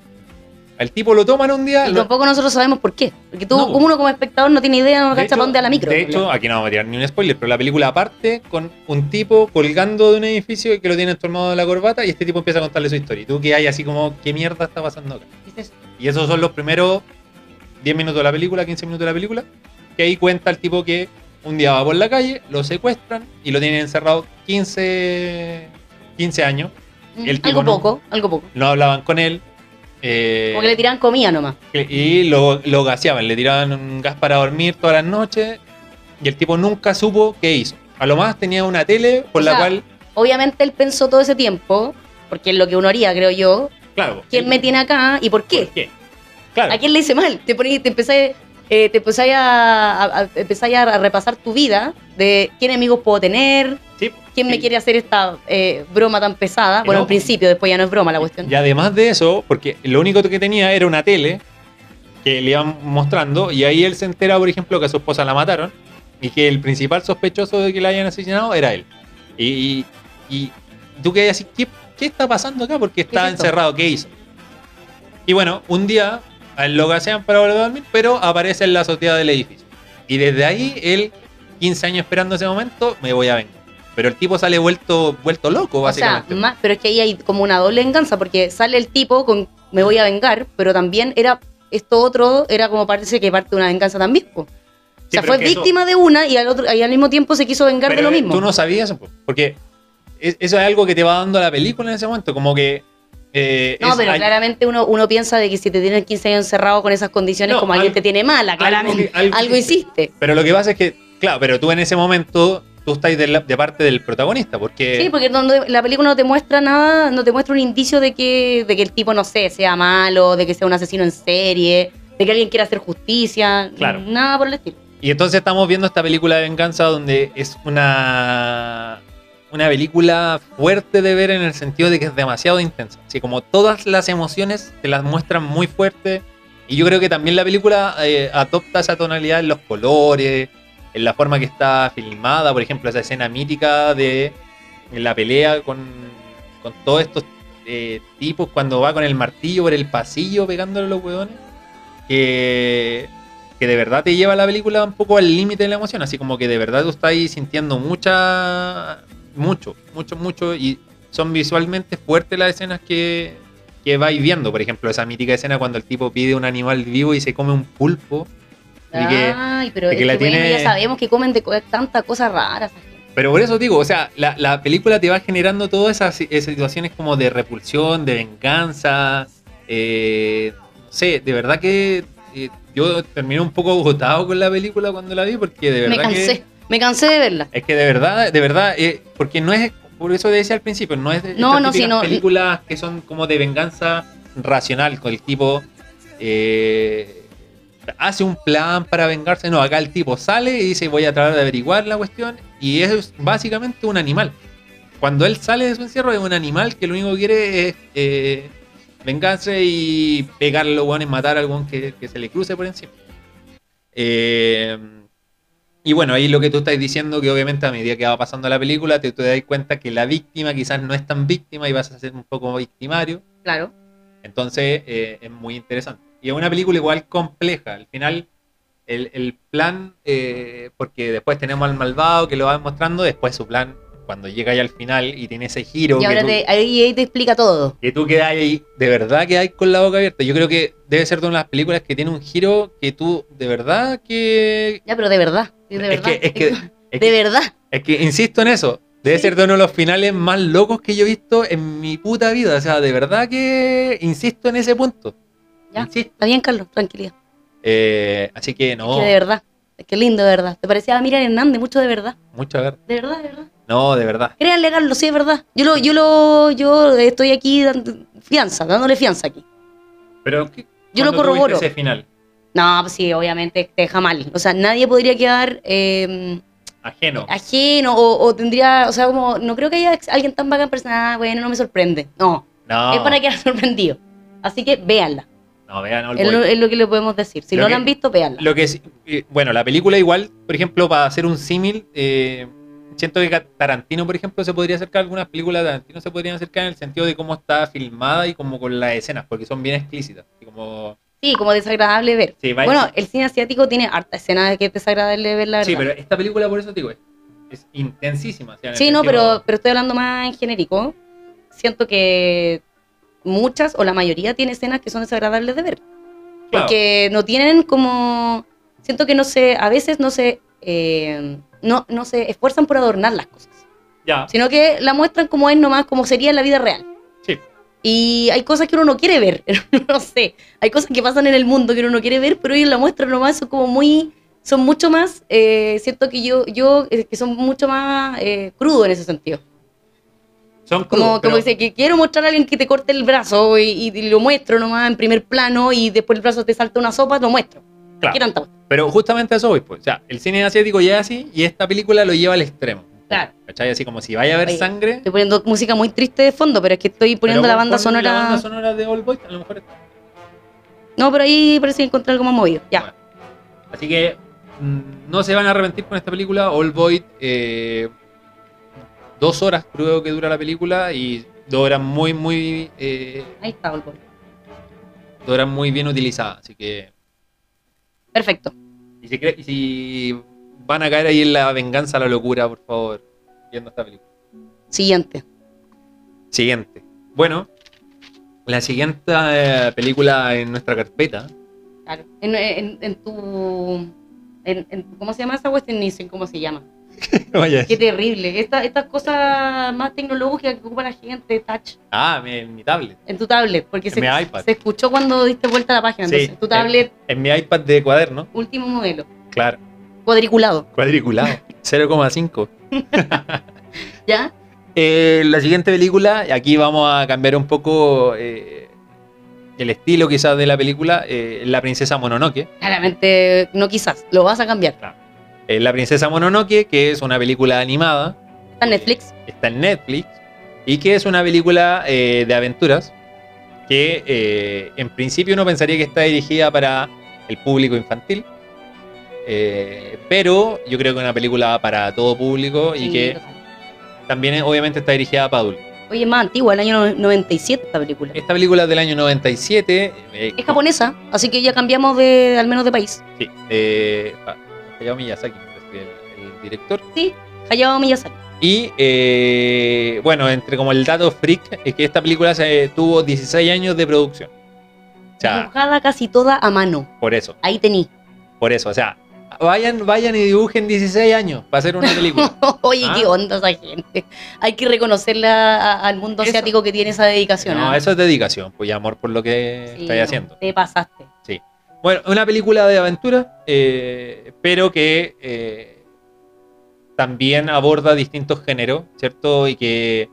[SPEAKER 2] Al tipo lo toman un día.
[SPEAKER 1] Y
[SPEAKER 2] lo-
[SPEAKER 1] tampoco nosotros sabemos por qué. Porque tú,
[SPEAKER 2] No.
[SPEAKER 1] como uno como espectador, no tiene idea, no
[SPEAKER 2] de
[SPEAKER 1] cacha
[SPEAKER 2] hecho-
[SPEAKER 1] para dónde a la micro. pues,
[SPEAKER 2] De hecho, aquí no vamos a tirar ni un spoiler, pero la película parte con un tipo colgando de un edificio que lo tienen tomado de la corbata y este tipo empieza a contarle su historia. Y tú que hay así como, ¿qué mierda está pasando acá?
[SPEAKER 1] Dices,
[SPEAKER 2] Y esos son los primeros 10 minutos de la película, 15 minutos de la película, que ahí cuenta el tipo que un día va por la calle, lo secuestran y lo tienen encerrado 15, 15 años.
[SPEAKER 1] mm,
[SPEAKER 2] el
[SPEAKER 1] algo
[SPEAKER 2] tipo no-
[SPEAKER 1] poco, algo poco.
[SPEAKER 2] No hablaban con él. eh,
[SPEAKER 1] Como que le tiran comida nomás.
[SPEAKER 2] que- Y lo, lo gaseaban, le tiraban un gas para dormir todas las noches. Y el tipo nunca supo qué hizo. A lo más tenía una tele por
[SPEAKER 1] O
[SPEAKER 2] la
[SPEAKER 1] sea,
[SPEAKER 2] cual.
[SPEAKER 1] Obviamente él pensó todo ese tiempo, porque es lo que uno haría, creo yo.
[SPEAKER 2] Claro.
[SPEAKER 1] ¿Quién me tiene acá y por
[SPEAKER 2] ¿Por
[SPEAKER 1] qué?
[SPEAKER 2] qué? Claro.
[SPEAKER 1] ¿A quién le hice mal? Te, poní- te empezáis eh, te empezáis a, a- a- empezáis a repasar tu vida de qué enemigos puedo tener,
[SPEAKER 2] sí,
[SPEAKER 1] quién me
[SPEAKER 2] y-
[SPEAKER 1] quiere hacer esta eh, broma tan pesada.
[SPEAKER 2] Y
[SPEAKER 1] Bueno,
[SPEAKER 2] no-
[SPEAKER 1] en principio, después ya no es broma la cuestión.
[SPEAKER 2] Y además de eso, porque lo único que tenía era una tele que le iban mostrando. Y ahí él se entera, por ejemplo, que a su esposa la mataron. Y que el principal sospechoso de que la hayan asesinado era él. Y, y, y tú quedas así, ¿qué, qué está pasando acá? Porque está
[SPEAKER 1] es esto?
[SPEAKER 2] encerrado, ¿qué hizo? Y bueno, un día a él lo gasean para volver a dormir, pero aparece en la azotea del edificio. Y desde ahí, él, 15 años esperando ese momento, me voy a vengar. Pero el tipo sale vuelto, vuelto loco,
[SPEAKER 1] O sea,
[SPEAKER 2] básicamente.
[SPEAKER 1] más- pero es que ahí hay como una doble venganza, porque sale el tipo con me voy a vengar, pero también era esto otro, era como parece que parte de una venganza también. po. o sea,
[SPEAKER 2] pero
[SPEAKER 1] fue
[SPEAKER 2] es que eso-
[SPEAKER 1] víctima de una y al, otro, y al mismo tiempo se quiso vengar de
[SPEAKER 2] Pero,
[SPEAKER 1] lo
[SPEAKER 2] eh,
[SPEAKER 1] mismo.
[SPEAKER 2] Tú no sabías, po, porque es- eso es algo que te va dando la película en ese momento, como que... eh,
[SPEAKER 1] No,
[SPEAKER 2] es-
[SPEAKER 1] pero
[SPEAKER 2] hay-
[SPEAKER 1] claramente uno, uno piensa de que si te tienen 15 años encerrado con esas condiciones,
[SPEAKER 2] No,
[SPEAKER 1] como alguien
[SPEAKER 2] algo-
[SPEAKER 1] te tiene mala,
[SPEAKER 2] algo
[SPEAKER 1] claramente.
[SPEAKER 2] que-
[SPEAKER 1] Algo,
[SPEAKER 2] algo
[SPEAKER 1] hiciste.
[SPEAKER 2] pero lo que pasa es que, claro, pero tú en ese momento, tú estás de, la- de parte del protagonista, porque...
[SPEAKER 1] Sí, pues. porque donde la película no te muestra nada, no te muestra un indicio de que, de que el tipo, no sé, sea malo, de que sea un asesino en serie, de que alguien quiera hacer justicia,
[SPEAKER 2] Claro.
[SPEAKER 1] nada por el estilo.
[SPEAKER 2] Y entonces estamos viendo esta película de venganza donde es una... Una película fuerte de ver en el sentido de que es demasiado intensa. Así como todas las emociones te las muestran muy fuerte. Y yo creo que también la película eh, adopta esa tonalidad en los colores, en la forma que está filmada, por ejemplo, esa escena mítica de la pelea con, con todos estos eh, tipos cuando va con el martillo por el pasillo pegándole a los hueones, que, que de verdad te lleva la película un poco al límite de la emoción, así como que de verdad tú estás ahí sintiendo mucha, mucho, mucho, mucho, y son visualmente fuertes las escenas que, que vais viendo, por ejemplo, esa mítica escena cuando el tipo pide un animal vivo y se come un pulpo. y que-
[SPEAKER 1] Ay, pero
[SPEAKER 2] de que
[SPEAKER 1] es
[SPEAKER 2] la
[SPEAKER 1] que bueno,
[SPEAKER 2] tiene-
[SPEAKER 1] ya sabemos que comen de co- tanta cosa rara. esa gente.
[SPEAKER 2] Pero por eso digo, o sea, la, la película te va generando todas esas, esas situaciones como de repulsión, de venganza. eh, no sé, de verdad que eh, yo terminé un poco agotado con la película cuando la vi porque de verdad
[SPEAKER 1] Me cansé,
[SPEAKER 2] que...
[SPEAKER 1] me cansé de verla.
[SPEAKER 2] Es que de verdad, de verdad, eh, porque no es... Por eso te decía al principio, no es de
[SPEAKER 1] No,
[SPEAKER 2] estas
[SPEAKER 1] no, sí,
[SPEAKER 2] típicas
[SPEAKER 1] no.
[SPEAKER 2] películas que son como de venganza racional, con el tipo... eh, hace un plan para vengarse. No, acá el tipo sale y dice voy a tratar de averiguar la cuestión. Y eso es básicamente un animal. Cuando él sale de su encierro es un animal que lo único que quiere es eh, vengarse y pegarle a los hueones, matar a algún que, que se le cruce por encima. Eh, y bueno, ahí lo que tú estás diciendo, que obviamente a medida que va pasando la película, te, te das cuenta que la víctima quizás no es tan víctima y vas a ser un poco victimario.
[SPEAKER 1] Claro.
[SPEAKER 2] Entonces eh, es muy interesante. Y es una película igual compleja. Al final, el, el plan, eh, porque después tenemos al malvado que lo va mostrando, después su plan cuando llega ahí al final y tiene ese giro
[SPEAKER 1] Y
[SPEAKER 2] que
[SPEAKER 1] ahora
[SPEAKER 2] tú-
[SPEAKER 1] te- ahí, ahí te explica todo.
[SPEAKER 2] que tú quedas ahí, de verdad quedas con la boca abierta. Yo creo que debe ser de una de las películas que tiene un giro que tú, de verdad que...
[SPEAKER 1] Ya, pero de verdad. De
[SPEAKER 2] es,
[SPEAKER 1] verdad.
[SPEAKER 2] que, es, que, es,
[SPEAKER 1] de
[SPEAKER 2] que,
[SPEAKER 1] verdad.
[SPEAKER 2] es que insisto en eso. Debe
[SPEAKER 1] Sí.
[SPEAKER 2] ser de uno de los finales más locos que yo he visto en mi puta vida. O sea, de verdad que insisto en ese punto.
[SPEAKER 1] Ya.
[SPEAKER 2] Insisto.
[SPEAKER 1] Está bien, Carlos, tranquilidad.
[SPEAKER 2] Eh, así que
[SPEAKER 1] Es
[SPEAKER 2] no,
[SPEAKER 1] que de verdad. Es que lindo, de verdad. Te parecía a Miriam Hernández, mucho de verdad.
[SPEAKER 2] mucho a ver.
[SPEAKER 1] De verdad, de verdad.
[SPEAKER 2] No, de verdad.
[SPEAKER 1] Créanle, Carlos, sí, es verdad. Yo lo, yo lo, yo estoy aquí dando fianza, dándole fianza aquí.
[SPEAKER 2] Pero ¿qué-
[SPEAKER 1] Yo lo
[SPEAKER 2] cuándo tuviste
[SPEAKER 1] corroboro.
[SPEAKER 2] Ese final,
[SPEAKER 1] No, pues sí, obviamente te deja mal. O sea, nadie podría quedar eh,
[SPEAKER 2] ajeno.
[SPEAKER 1] ajeno o, o tendría, o sea, como, no creo que haya ex- alguien tan bacán persona, ah, bueno, no me sorprende. No,
[SPEAKER 2] No,
[SPEAKER 1] es para quedar sorprendido. Así que véanla.
[SPEAKER 2] no, vean Old
[SPEAKER 1] Es
[SPEAKER 2] Boy.
[SPEAKER 1] lo, es lo que le podemos decir. Si
[SPEAKER 2] Lo
[SPEAKER 1] no
[SPEAKER 2] que-
[SPEAKER 1] la han visto, véanla.
[SPEAKER 2] Lo que sí- eh, bueno, la película igual, por ejemplo, para hacer un símil, eh, siento que Tarantino, por ejemplo, se podría acercar, algunas películas de Tarantino se podrían acercar en el sentido de cómo está filmada y como con las escenas, porque son bien explícitas. Y como,
[SPEAKER 1] Sí, como desagradable ver.
[SPEAKER 2] sí, va-
[SPEAKER 1] Bueno, el cine asiático tiene harta escena que es desagradable ver, la verdad.
[SPEAKER 2] sí, pero esta película, por eso te digo, es, es intensísima. o sea, en el
[SPEAKER 1] Sí, no,
[SPEAKER 2] sentido-
[SPEAKER 1] pero, pero estoy hablando más en genérico. Siento que muchas o la mayoría tiene escenas que son desagradables de ver.
[SPEAKER 2] Claro,
[SPEAKER 1] Porque no tienen como... Siento que no se... A veces no se... eh, no, no se esfuerzan por adornar las cosas.
[SPEAKER 2] ya,
[SPEAKER 1] Sino que la muestran como es nomás, como sería en la vida real.
[SPEAKER 2] Sí.
[SPEAKER 1] Y hay cosas que uno no quiere ver. no sé. Hay cosas que pasan en el mundo que uno no quiere ver, pero ellos la muestran nomás. Son como muy... Son mucho más... eh, siento que yo... yo eh, que son mucho más eh, crudo en ese sentido.
[SPEAKER 2] son
[SPEAKER 1] Como,
[SPEAKER 2] crudos,
[SPEAKER 1] como
[SPEAKER 2] pero-
[SPEAKER 1] dice, que quiero mostrar a alguien que te corte el brazo y, y lo muestro nomás en primer plano y después el brazo te salta una sopa, lo muestro.
[SPEAKER 2] Claro.
[SPEAKER 1] ¿Qué tanta cuestión?
[SPEAKER 2] Pero justamente a eso voy, pues. O sea, el cine asiático ya es así y esta película lo lleva al extremo.
[SPEAKER 1] Claro.
[SPEAKER 2] ¿Cachai? Así como si vaya a haber
[SPEAKER 1] Oye,
[SPEAKER 2] sangre.
[SPEAKER 1] Estoy poniendo música muy triste de fondo, pero es que estoy poniendo
[SPEAKER 2] pero
[SPEAKER 1] la banda
[SPEAKER 2] ponle
[SPEAKER 1] sonora.
[SPEAKER 2] La banda sonora de Old Boy, a lo mejor.
[SPEAKER 1] No, pero ahí parece que encontré algo más movido. Ya.
[SPEAKER 2] Bueno. Así que mm, no se van a arrepentir con esta película. Old Boy, eh, dos horas creo que dura la película y dos horas muy, muy, eh,
[SPEAKER 1] Ahí está, Olbor.
[SPEAKER 2] dos horas muy bien utilizadas. Así que
[SPEAKER 1] Perfecto.
[SPEAKER 2] y si, cre- y si van a caer ahí en la venganza, a la locura, por favor, viendo esta película.
[SPEAKER 1] Siguiente.
[SPEAKER 2] Siguiente. Bueno, la siguiente eh, película en nuestra carpeta.
[SPEAKER 1] Claro. En, en- en tu. en- en- ¿Cómo se llama esa cuestión? Ni sé ¿Cómo se llama? Qué terrible. Esta- Estas cosas más tecnológicas que ocupa la gente, touch,
[SPEAKER 2] Ah, mi- en mi tablet.
[SPEAKER 1] en tu tablet. Porque
[SPEAKER 2] En
[SPEAKER 1] se,
[SPEAKER 2] mi iPad.
[SPEAKER 1] se escuchó cuando diste vuelta a la página.
[SPEAKER 2] Sí,
[SPEAKER 1] Entonces, tu
[SPEAKER 2] eh.
[SPEAKER 1] tablet,
[SPEAKER 2] En mi iPad de cuaderno.
[SPEAKER 1] último modelo.
[SPEAKER 2] Claro.
[SPEAKER 1] Cuadriculado.
[SPEAKER 2] Cuadriculado. 0,5.
[SPEAKER 1] ¿Ya?
[SPEAKER 2] Eh, la siguiente película, aquí vamos a cambiar un poco eh, el estilo quizás de la película, eh, La princesa Mononoke.
[SPEAKER 1] Claramente, no quizás. Lo vas a cambiar.
[SPEAKER 2] Eh, la princesa Mononoke, que es una película animada,
[SPEAKER 1] Está en Netflix.
[SPEAKER 2] está en Netflix, y que es una película eh, de aventuras, que eh, en principio uno pensaría que está dirigida para el público infantil, eh, pero yo creo que es una película para todo público y
[SPEAKER 1] Sí,
[SPEAKER 2] que
[SPEAKER 1] total.
[SPEAKER 2] también eh, obviamente está dirigida para adultos.
[SPEAKER 1] Oye, es más antigua, el año 97 esta película.
[SPEAKER 2] Esta película es del año 97. eh,
[SPEAKER 1] Es japonesa, así que ya cambiamos de al menos de país.
[SPEAKER 2] Sí, eh, ah, Hayao Miyazaki, me parece que el, el director.
[SPEAKER 1] Sí, Hayao Miyazaki.
[SPEAKER 2] Y eh, bueno, entre como el dato freak, es que esta película se tuvo 16 años de producción. O sea,
[SPEAKER 1] Dibujada casi toda a mano.
[SPEAKER 2] por eso,
[SPEAKER 1] Ahí tení.
[SPEAKER 2] por eso. O sea, vayan, vayan y dibujen 16 años para hacer una película.
[SPEAKER 1] Oye,
[SPEAKER 2] Ah.
[SPEAKER 1] qué onda esa gente. Hay que reconocerla a- al mundo
[SPEAKER 2] Eso-
[SPEAKER 1] asiático que tiene esa dedicación.
[SPEAKER 2] No,
[SPEAKER 1] ¿ah?
[SPEAKER 2] eso es dedicación, pues y amor por lo que
[SPEAKER 1] Sí,
[SPEAKER 2] estáis
[SPEAKER 1] no,
[SPEAKER 2] haciendo.
[SPEAKER 1] Te pasaste.
[SPEAKER 2] Bueno, una película de aventura, eh, pero que eh, también aborda distintos géneros, ¿cierto? Y que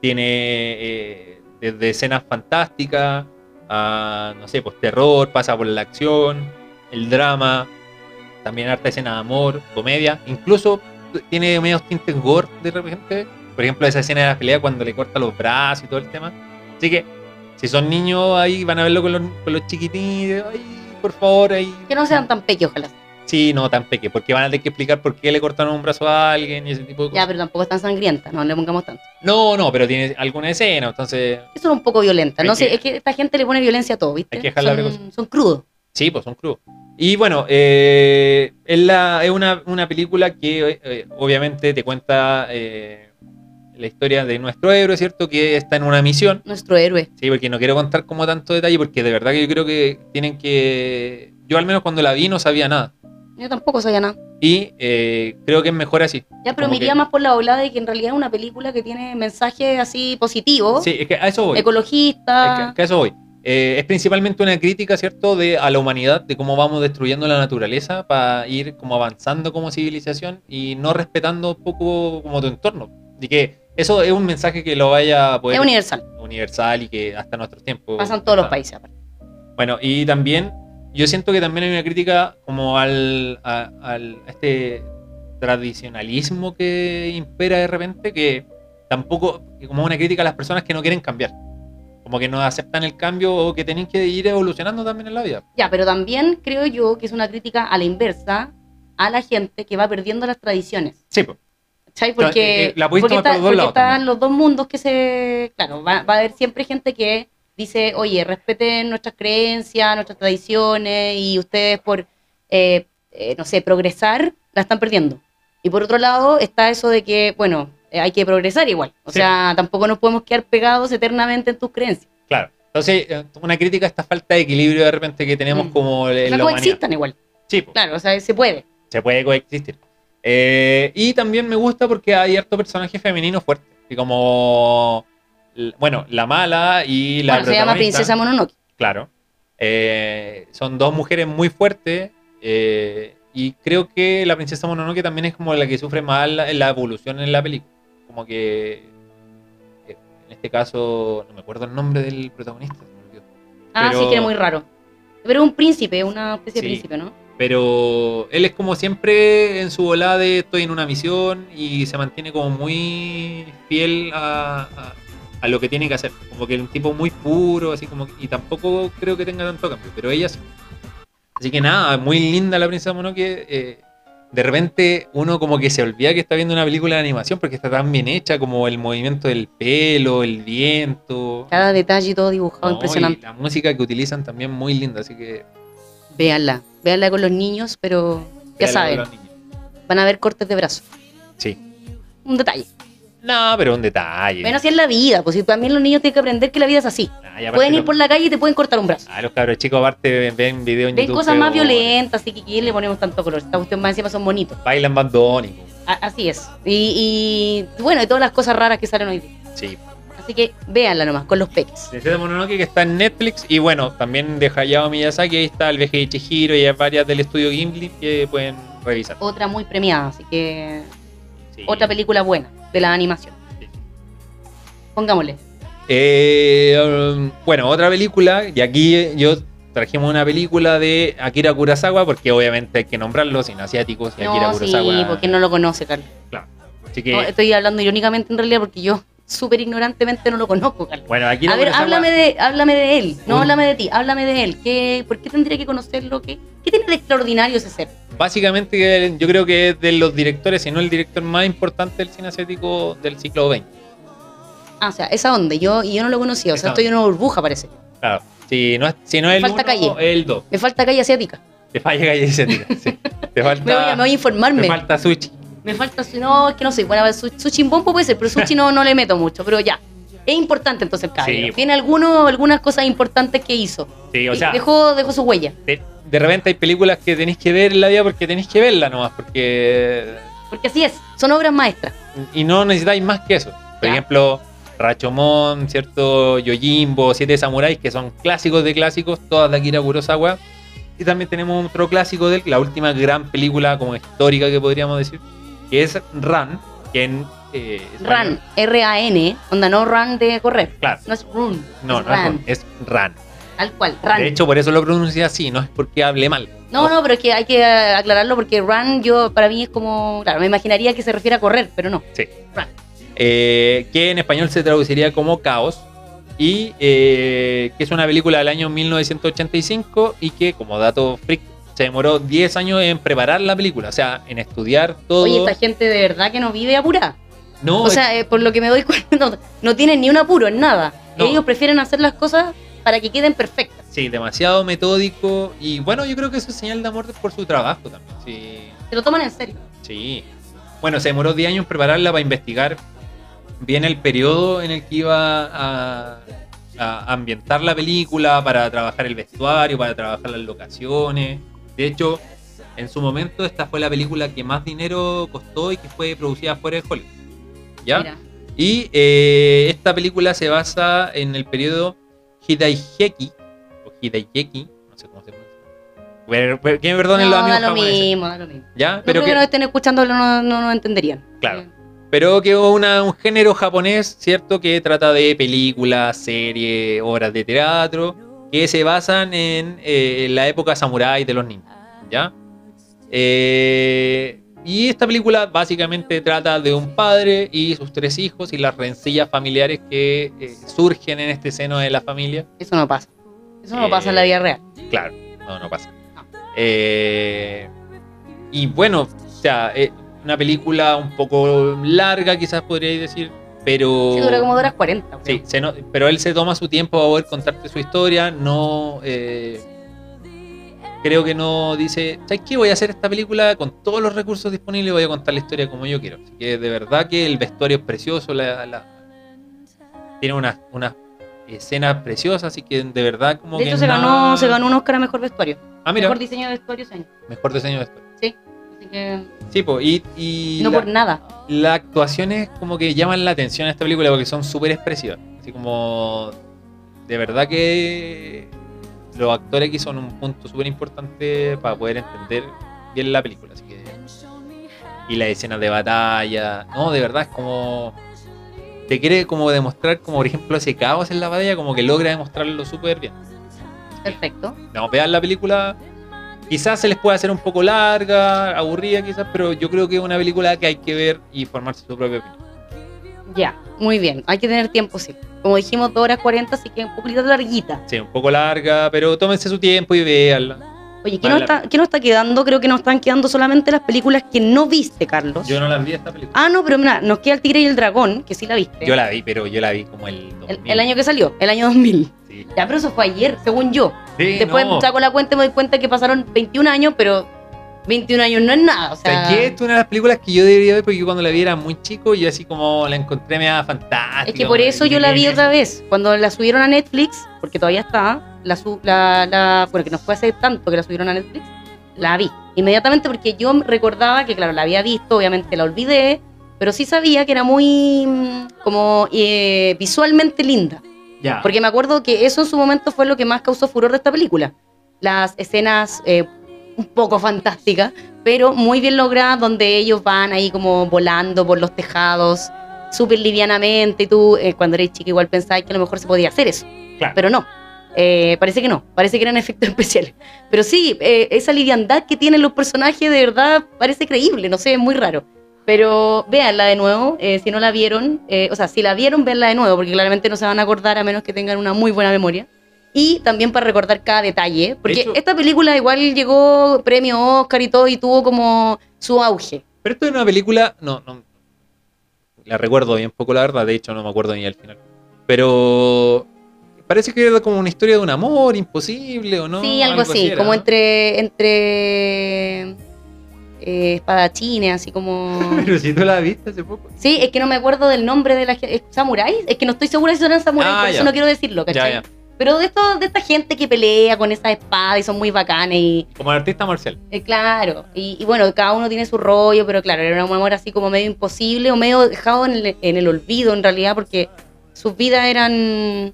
[SPEAKER 2] tiene eh, desde escenas fantásticas a, no sé, pues terror, pasa por la acción, el drama, también harta escena de amor, comedia, incluso tiene medios tintes gore de repente, por ejemplo, esa escena de la pelea cuando le corta los brazos y todo el tema. Así que si son niños ahí, van a verlo con los, con los chiquitines. Ay, por favor, ahí.
[SPEAKER 1] Que no sean tan pequeños, ojalá.
[SPEAKER 2] Sí, no, tan peque, porque van a tener que explicar por qué le cortaron un brazo a alguien y ese tipo de
[SPEAKER 1] Ya,
[SPEAKER 2] cosas.
[SPEAKER 1] pero tampoco es tan sangrienta, no le pongamos tanto.
[SPEAKER 2] No, no, pero tiene alguna escena, entonces.
[SPEAKER 1] Eso era un poco violenta.
[SPEAKER 2] Hay
[SPEAKER 1] No
[SPEAKER 2] que-
[SPEAKER 1] sé, es que esta gente le pone violencia a todo, ¿viste?
[SPEAKER 2] hay que dejarla ver
[SPEAKER 1] son, son crudos.
[SPEAKER 2] Sí, pues son crudos. Y bueno, eh, es, la, es una, una película que eh, obviamente te cuenta eh, la historia de nuestro héroe, ¿cierto? Que está en una misión.
[SPEAKER 1] Nuestro héroe.
[SPEAKER 2] Sí, porque no quiero contar como tanto detalle, porque de verdad que yo creo que tienen que. Yo al menos cuando la vi no sabía nada.
[SPEAKER 1] Yo tampoco sabía nada.
[SPEAKER 2] Y eh, creo que es mejor así.
[SPEAKER 1] Ya, pero
[SPEAKER 2] Como
[SPEAKER 1] me iría
[SPEAKER 2] que-
[SPEAKER 1] más por la ola de que en realidad es una película que tiene mensajes así positivos,
[SPEAKER 2] Sí, es que a eso voy. Es que-
[SPEAKER 1] ecologista.
[SPEAKER 2] que a eso voy. Eh, es principalmente una crítica, ¿cierto?, de a la humanidad, de cómo vamos destruyendo la naturaleza para ir como avanzando como civilización y no respetando un poco como tu entorno. Y que eso es un mensaje que lo vaya a poder
[SPEAKER 1] Es universal,
[SPEAKER 2] universal y que hasta nuestros tiempos.
[SPEAKER 1] pasa en todos los
[SPEAKER 2] está.
[SPEAKER 1] países. aparte.
[SPEAKER 2] Bueno, y también yo siento que también hay una crítica como al, a, al- a este tradicionalismo que impera de repente, que tampoco, que como una crítica a las personas que no quieren cambiar, como que no aceptan el cambio o que tienen que ir evolucionando también en la vida.
[SPEAKER 1] Ya, pero también creo yo que es una crítica a la inversa a la gente que va perdiendo las tradiciones.
[SPEAKER 2] Sí, pues.
[SPEAKER 1] ¿Cachai?
[SPEAKER 2] Claro,
[SPEAKER 1] Porque,
[SPEAKER 2] eh, eh, la podéis
[SPEAKER 1] porque
[SPEAKER 2] tomar por los dos
[SPEAKER 1] porque
[SPEAKER 2] lados
[SPEAKER 1] están
[SPEAKER 2] también.
[SPEAKER 1] los dos mundos que se... Claro, va, va a haber siempre gente que dice, oye, respeten nuestras creencias, nuestras tradiciones y ustedes por, eh, eh, no sé, progresar, la están perdiendo. Y por otro lado está eso de que, bueno, eh, hay que progresar igual. O
[SPEAKER 2] Sí.
[SPEAKER 1] sea, tampoco nos podemos quedar pegados eternamente en tus creencias.
[SPEAKER 2] Claro. Entonces, eh, una crítica a esta falta de equilibrio de repente que tenemos
[SPEAKER 1] Mm.
[SPEAKER 2] como
[SPEAKER 1] O
[SPEAKER 2] en
[SPEAKER 1] sea,
[SPEAKER 2] la humanidad.
[SPEAKER 1] coexistan igual.
[SPEAKER 2] Sí, po.
[SPEAKER 1] Claro, o sea, se puede.
[SPEAKER 2] se puede coexistir. Eh, y también me gusta porque hay harto personaje femenino fuerte. Y como, l- bueno, la mala y la
[SPEAKER 1] bueno, se llama
[SPEAKER 2] protagonista,
[SPEAKER 1] Princesa Mononoke.
[SPEAKER 2] Claro. Eh, son dos mujeres muy fuertes. eh, y creo que la princesa Mononoke también es como la que sufre más la, la evolución en la película. Como que, eh, en este caso, no me acuerdo el nombre del protagonista. se me olvidó.
[SPEAKER 1] Ah,
[SPEAKER 2] Pero-
[SPEAKER 1] sí, que era muy raro. Pero es un príncipe, una especie
[SPEAKER 2] Sí.
[SPEAKER 1] de príncipe, ¿no?
[SPEAKER 2] Pero él es como siempre en su volada de estoy en una misión y se mantiene como muy fiel a, a- a lo que tiene que hacer. Como que es un tipo muy puro, así como. Y tampoco creo que tenga tanto cambio, pero ella sí. Así que nada, muy linda la princesa Mononoke. eh, de repente uno como que se olvida que está viendo una película de animación porque está tan bien hecha como el movimiento del pelo, el viento.
[SPEAKER 1] Cada detalle y todo dibujado,
[SPEAKER 2] No, y
[SPEAKER 1] impresionante.
[SPEAKER 2] la música que utilizan también muy linda, así que...
[SPEAKER 1] Véanla, véanla con los niños, pero ya
[SPEAKER 2] véanla con
[SPEAKER 1] saben,
[SPEAKER 2] los niños.
[SPEAKER 1] van a ver cortes de brazo.
[SPEAKER 2] Sí.
[SPEAKER 1] Un detalle.
[SPEAKER 2] No, pero un detalle.
[SPEAKER 1] Menos si es la vida, pues si también los niños tienen que aprender que la vida es así.
[SPEAKER 2] Ah, y aparte
[SPEAKER 1] Pueden ir
[SPEAKER 2] los-
[SPEAKER 1] por la calle y te pueden cortar un brazo.
[SPEAKER 2] Ah, los cabros chicos aparte ven videos en
[SPEAKER 1] Ven
[SPEAKER 2] YouTube,
[SPEAKER 1] cosas más
[SPEAKER 2] pero
[SPEAKER 1] violentas, así que ¿quién le ponemos tanto color? Esta cuestión más encima son bonitos.
[SPEAKER 2] Bailan bandónico.
[SPEAKER 1] A- así es. Y, y, bueno, y todas las cosas raras que salen hoy día.
[SPEAKER 2] Sí.
[SPEAKER 1] Así que véanla nomás, con los peques.
[SPEAKER 2] Princesa Mononoke que está en Netflix y bueno, también de Hayao Miyazaki, ahí está El viaje de Chihiro y hay varias del estudio Gimli que pueden revisar.
[SPEAKER 1] Otra muy premiada, así que
[SPEAKER 2] Sí.
[SPEAKER 1] otra película buena de la animación.
[SPEAKER 2] Sí.
[SPEAKER 1] Pongámosle.
[SPEAKER 2] Eh, um, bueno, otra película, y aquí eh, yo trajimos una película de Akira Kurosawa, porque obviamente hay que nombrarlo, sin asiáticos, y Akira
[SPEAKER 1] No, sí,
[SPEAKER 2] Kurosawa.
[SPEAKER 1] porque no lo conoce, Carlos.
[SPEAKER 2] Así que,
[SPEAKER 1] No, eh, estoy hablando irónicamente en realidad porque yo súper ignorantemente no lo conozco, Carlos.
[SPEAKER 2] bueno, Akira
[SPEAKER 1] a ver,
[SPEAKER 2] Kurosawa-
[SPEAKER 1] háblame de, háblame de él, no
[SPEAKER 2] Un-
[SPEAKER 1] háblame de ti, háblame de él. ¿Qué, ¿Por qué tendría que conocerlo? ¿Qué, ¿Qué tiene de extraordinario ese ser?
[SPEAKER 2] Básicamente el- yo creo que es de los directores, si no el director más importante del cine asiático del siglo XX.
[SPEAKER 1] Ah, o sea, esa onda, yo, y yo no lo conocía, o
[SPEAKER 2] Esa
[SPEAKER 1] sea,
[SPEAKER 2] onda.
[SPEAKER 1] estoy en una burbuja parece.
[SPEAKER 2] Claro. Si no es, si no es el
[SPEAKER 1] Falta
[SPEAKER 2] 1,
[SPEAKER 1] calle.
[SPEAKER 2] es el 2.
[SPEAKER 1] Me falta calle asiática.
[SPEAKER 2] Te falla calle asiática. sí. Te falta,
[SPEAKER 1] Me voy, a- me voy a
[SPEAKER 2] te
[SPEAKER 1] informarme.
[SPEAKER 2] falta sushi.
[SPEAKER 1] Me falta, su- no, es que no soy buena para el sushi. Sushi en bombo puede ser, pero sushi no, no le meto mucho, pero ya. Es importante entonces el caballero.
[SPEAKER 2] Sí.
[SPEAKER 1] Tiene alguno, algunas cosas importantes que hizo.
[SPEAKER 2] Sí, o sea,
[SPEAKER 1] dejó, dejó su huella.
[SPEAKER 2] de, de repente hay películas que tenéis que ver en la vida porque tenéis que verla nomás, porque...
[SPEAKER 1] Porque así es, son obras maestras.
[SPEAKER 2] Y no necesitáis más que eso. Por
[SPEAKER 1] Ya.
[SPEAKER 2] ejemplo, Rachomon, ¿cierto? Yojimbo, Siete Samuráis, que son clásicos de clásicos, todas de Akira Kurosawa. Y también tenemos otro clásico de él, la última gran película como histórica que podríamos decir, que es Ran, que en... eh, español-
[SPEAKER 1] Run, R-A-N, onda no run de correr.
[SPEAKER 2] Claro.
[SPEAKER 1] No es run, es
[SPEAKER 2] No, no es
[SPEAKER 1] run,
[SPEAKER 2] Ran, es Ran.
[SPEAKER 1] Tal cual, run.
[SPEAKER 2] De hecho, oh. por eso lo pronuncié así, no es porque hable mal.
[SPEAKER 1] no, no, pero es que hay que eh, aclararlo porque run yo para mí es como, claro, me imaginaría que se refiere a correr, pero no.
[SPEAKER 2] eh, que en español se traduciría como Caos, y eh, que es una película del año 1985 y que, como dato freak, se demoró 10 años en preparar la película, o sea, en estudiar todo.
[SPEAKER 1] Oye, esta gente de verdad que no vive apurada.
[SPEAKER 2] no,
[SPEAKER 1] O sea, eh, por lo que me doy cuenta, no, no tienen ni un apuro en nada.
[SPEAKER 2] No.
[SPEAKER 1] Ellos prefieren hacer las cosas para que queden perfectas.
[SPEAKER 2] sí, demasiado metódico y bueno, yo creo que eso es señal de amor por su trabajo también. Sí,
[SPEAKER 1] Se lo toman en serio.
[SPEAKER 2] sí. Bueno, se demoró 10 años en prepararla para investigar viene el periodo en el que iba a, a ambientar la película, para trabajar el vestuario, para trabajar las locaciones. De hecho, en su momento esta fue la película que más dinero costó y que fue producida fuera de Hollywood. ¿Ya?
[SPEAKER 1] Mira.
[SPEAKER 2] Y eh, esta película se basa en el periodo Hidaiheki, o Hidaiyeki, no sé cómo se pronuncia. Pero- pero Que me perdonen los
[SPEAKER 1] no, da
[SPEAKER 2] amigos
[SPEAKER 1] lo
[SPEAKER 2] japoneses,
[SPEAKER 1] mismo, da lo mismo.
[SPEAKER 2] ¿Ya?
[SPEAKER 1] No creo
[SPEAKER 2] Pero
[SPEAKER 1] que,
[SPEAKER 2] que-
[SPEAKER 1] nos estén escuchando, no, no nos entenderían.
[SPEAKER 2] Claro. Pero que una, un género japonés, ¿cierto? Que trata de películas, series, obras de teatro, que se basan en eh, la época samurái de los ninjas, ¿ya? Eh, y esta película básicamente trata de un padre y sus tres hijos y las rencillas familiares que eh, surgen en este seno de la familia.
[SPEAKER 1] Eso no pasa. Eso no
[SPEAKER 2] Eh,
[SPEAKER 1] pasa en la vida real.
[SPEAKER 2] Claro, no, no pasa. Eh, y bueno, o sea, eh, una película un poco larga, quizás podríais decir, pero.
[SPEAKER 1] Sí, dura como 2 horas 40.
[SPEAKER 2] Sí,
[SPEAKER 1] creo.
[SPEAKER 2] se no- pero él se toma su tiempo para poder contarte su historia. No. eh, creo que no dice, ¿sabes qué? Voy a hacer esta película con todos los recursos disponibles voy a contar la historia como yo quiero. Así que de verdad que el vestuario es precioso, la, la- tiene unas unas escenas preciosas, así que de verdad como
[SPEAKER 1] De
[SPEAKER 2] que
[SPEAKER 1] hecho, se,
[SPEAKER 2] no-
[SPEAKER 1] ganó, se ganó un Oscar a mejor vestuario.
[SPEAKER 2] Ah, mira,
[SPEAKER 1] Mejor
[SPEAKER 2] mejor,
[SPEAKER 1] diseño de vestuario ese año.
[SPEAKER 2] diseño de vestuario.
[SPEAKER 1] Así que
[SPEAKER 2] Sí, po, y, y
[SPEAKER 1] no
[SPEAKER 2] la-
[SPEAKER 1] por nada.
[SPEAKER 2] las actuaciones como que llaman la atención a esta película porque son súper expresivas. Así como de verdad que los actores aquí son un punto súper importante para poder entender bien la película. Así que, y las escenas de batalla. No, de verdad es como. Te quiere como demostrar como por ejemplo ese caos en la batalla, como que logra demostrarlo súper bien.
[SPEAKER 1] Perfecto.
[SPEAKER 2] No, vean la película. Quizás se les pueda hacer un poco larga, aburrida quizás, pero yo creo que es una película que hay que ver y formarse su propia opinión.
[SPEAKER 1] Ya, muy bien. Hay que tener tiempo, sí. Como dijimos, 2 horas 40, así que un poquito larguita.
[SPEAKER 2] Sí, un poco larga, pero tómense su tiempo y véanla.
[SPEAKER 1] Oye, ¿qué,
[SPEAKER 2] Vale
[SPEAKER 1] nos
[SPEAKER 2] la
[SPEAKER 1] está, ¿qué nos está quedando? Creo que nos están quedando solamente las películas que no viste, Carlos.
[SPEAKER 2] no la vi esta película.
[SPEAKER 1] Ah, no, pero mira, nos queda El Tigre y el Dragón, que sí la viste.
[SPEAKER 2] Ah, Yo la vi, pero yo la vi como el
[SPEAKER 1] el,
[SPEAKER 2] 2000.
[SPEAKER 1] el año que salió, el año 2000.
[SPEAKER 2] Sí.
[SPEAKER 1] Ya, pero eso fue ayer, según yo.
[SPEAKER 2] Sí,
[SPEAKER 1] Después
[SPEAKER 2] no.
[SPEAKER 1] saco la cuenta y me doy cuenta que pasaron 21 años, pero 21 años no es nada. O
[SPEAKER 2] O sea,
[SPEAKER 1] sea,
[SPEAKER 2] que es una de las películas que yo debería ver porque yo cuando la vi era muy chico y yo así como la encontré media fantástica.
[SPEAKER 1] es que por eso yo la vi otra vez. Cuando la subieron a Netflix, porque todavía está, la, su- la, la- bueno, que no fue hace tanto que la subieron a Netflix, la vi. Inmediatamente porque yo recordaba que, claro, la había visto, obviamente la olvidé, pero sí sabía que era muy mm, como eh, visualmente linda.
[SPEAKER 2] Ya.
[SPEAKER 1] Porque me acuerdo que eso en su momento fue lo que más causó furor de esta película. Las escenas eh, un poco fantásticas, pero muy bien logradas, donde ellos van ahí como volando por los tejados, súper livianamente. Y tú, eh, cuando eres chica, igual pensabas que a lo mejor se podía hacer eso.
[SPEAKER 2] Claro.
[SPEAKER 1] Pero no. Eh, parece que no, parece que eran efectos especiales. Pero sí, eh, esa liviandad que tienen los personajes de verdad parece creíble, no sé, es muy raro. Pero véanla de nuevo, eh, si no la vieron, eh, o sea, si la vieron, véanla de nuevo, porque claramente no se van a acordar a menos que tengan una muy buena memoria. Y también para recordar cada detalle, porque
[SPEAKER 2] hecho-
[SPEAKER 1] esta película igual llegó premio Oscar y todo y tuvo como su auge.
[SPEAKER 2] Pero esto es una película. No, no. La recuerdo bien poco, la verdad. De hecho, no me acuerdo ni al final. Pero. Parece que era como una historia de un amor imposible, ¿o no?
[SPEAKER 1] sí, algo, así,
[SPEAKER 2] era,
[SPEAKER 1] como
[SPEAKER 2] ¿no?
[SPEAKER 1] entre entre eh, espadachines, así como...
[SPEAKER 2] Pero si tú la viste hace poco.
[SPEAKER 1] Sí, es que no me acuerdo del nombre de la gente. ¿Samuráis? Es que no estoy segura si eran samuráis,
[SPEAKER 2] Ah,
[SPEAKER 1] por
[SPEAKER 2] ya.
[SPEAKER 1] eso no quiero decirlo,
[SPEAKER 2] Ya,
[SPEAKER 1] ¿cachai?
[SPEAKER 2] ya.
[SPEAKER 1] Pero de, esto, de esta gente que pelea con esas espadas y son muy bacanes y...
[SPEAKER 2] Como artista marcial.
[SPEAKER 1] Eh, claro, y, y bueno, cada uno tiene su rollo, pero claro, era un amor así como medio imposible o medio dejado en el, en el olvido en realidad, porque sus vidas eran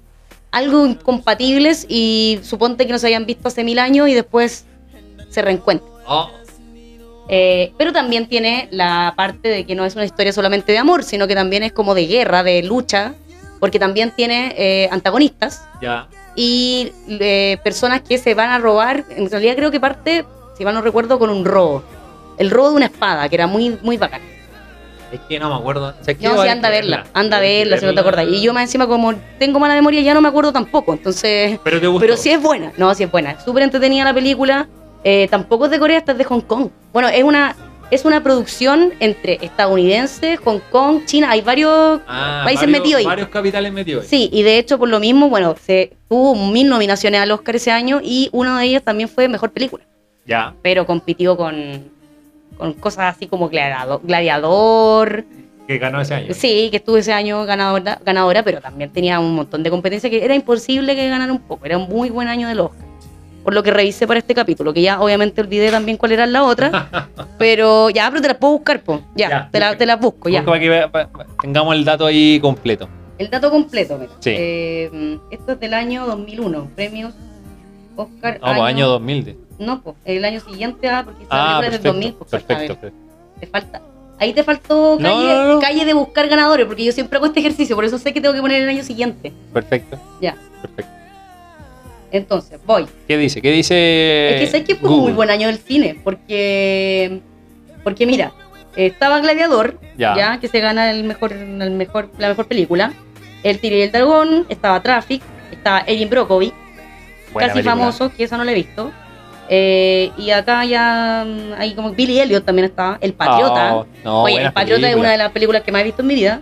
[SPEAKER 1] algo incompatibles y suponte que no se habían visto hace mil años y después se reencuentran.
[SPEAKER 2] Oh,
[SPEAKER 1] Eh, pero también tiene la parte de que no es una historia solamente de amor, sino que también es como de guerra, de lucha, porque también tiene eh, antagonistas
[SPEAKER 2] ya.
[SPEAKER 1] y eh, personas que se van a robar. En realidad creo que parte, si mal no recuerdo, con un robo. El robo de una espada, que era muy, muy bacán.
[SPEAKER 2] Es que no me acuerdo. O sea, que
[SPEAKER 1] No,
[SPEAKER 2] hay
[SPEAKER 1] sí,
[SPEAKER 2] que
[SPEAKER 1] anda a verla, anda a
[SPEAKER 2] Hay que
[SPEAKER 1] verla, si no te acordás. Y yo más encima, como tengo mala memoria, ya no me acuerdo tampoco. Entonces,
[SPEAKER 2] Pero te gustó.
[SPEAKER 1] pero sí es buena, no, sí es buena. Es Súper entretenida la película. Eh, tampoco es de Corea, esta es de Hong Kong. Bueno, es una, es una producción entre estadounidense, Hong Kong, China. Hay varios.
[SPEAKER 2] Ah,
[SPEAKER 1] países
[SPEAKER 2] varios-
[SPEAKER 1] metió ahí.
[SPEAKER 2] Varios capitales metidos ahí.
[SPEAKER 1] Sí, y de hecho, por lo mismo, bueno, se tuvo mil nominaciones al Oscar ese año y una de ellas también fue mejor película.
[SPEAKER 2] Ya.
[SPEAKER 1] Pero compitió con, con cosas así como gladiado- Gladiador,
[SPEAKER 2] que ganó ese año.
[SPEAKER 1] Sí, que estuve ese año ganadora, ganadora, pero también tenía un montón de competencia que era imposible que ganara un poco. Era un muy buen año del Oscar. Por lo que revisé para este capítulo, que ya obviamente olvidé también cuál era la otra. pero ya, pero te la puedo buscar, po. Ya,
[SPEAKER 2] Ya,
[SPEAKER 1] te, la,
[SPEAKER 2] busca-
[SPEAKER 1] te la busco, pues ya.
[SPEAKER 2] Busca Para que vea- pa- pa- tengamos el dato ahí completo.
[SPEAKER 1] El dato completo, mira.
[SPEAKER 2] Sí.
[SPEAKER 1] Eh, esto es del año 2001. Premios Oscar.
[SPEAKER 2] No, pues, año 2000. de-
[SPEAKER 1] No, pues el año siguiente, ah, porque esta
[SPEAKER 2] Ah,
[SPEAKER 1] película es del
[SPEAKER 2] perfecto.
[SPEAKER 1] 2000. Pues, a ver.
[SPEAKER 2] perfecto, perfecto.
[SPEAKER 1] Te falta. Ahí te faltó
[SPEAKER 2] No,
[SPEAKER 1] calle,
[SPEAKER 2] no, no.
[SPEAKER 1] calle de buscar ganadores, porque yo siempre hago este ejercicio, por eso sé que tengo que poner el año siguiente.
[SPEAKER 2] perfecto.
[SPEAKER 1] Ya.
[SPEAKER 2] Perfecto.
[SPEAKER 1] Entonces, voy.
[SPEAKER 2] ¿Qué dice? ¿Qué dice?
[SPEAKER 1] es que sé que fue un
[SPEAKER 2] Eh, Google?
[SPEAKER 1] muy buen año del cine, porque. Porque mira, estaba Gladiador,
[SPEAKER 2] Ya.
[SPEAKER 1] ya, que se gana el mejor, el mejor, la mejor película. El Tigre y el Dragón, estaba Traffic, estaba Erin Brockovich,
[SPEAKER 2] Buena
[SPEAKER 1] casi
[SPEAKER 2] película.
[SPEAKER 1] famoso, que esa no la he visto. Eh, y acá ya, mm, ahí como Billy Elliot también estaba, El Patriota.
[SPEAKER 2] Ah, no,
[SPEAKER 1] Oye,
[SPEAKER 2] buena
[SPEAKER 1] El Patriota es
[SPEAKER 2] película.
[SPEAKER 1] una de las películas que más he visto en mi vida.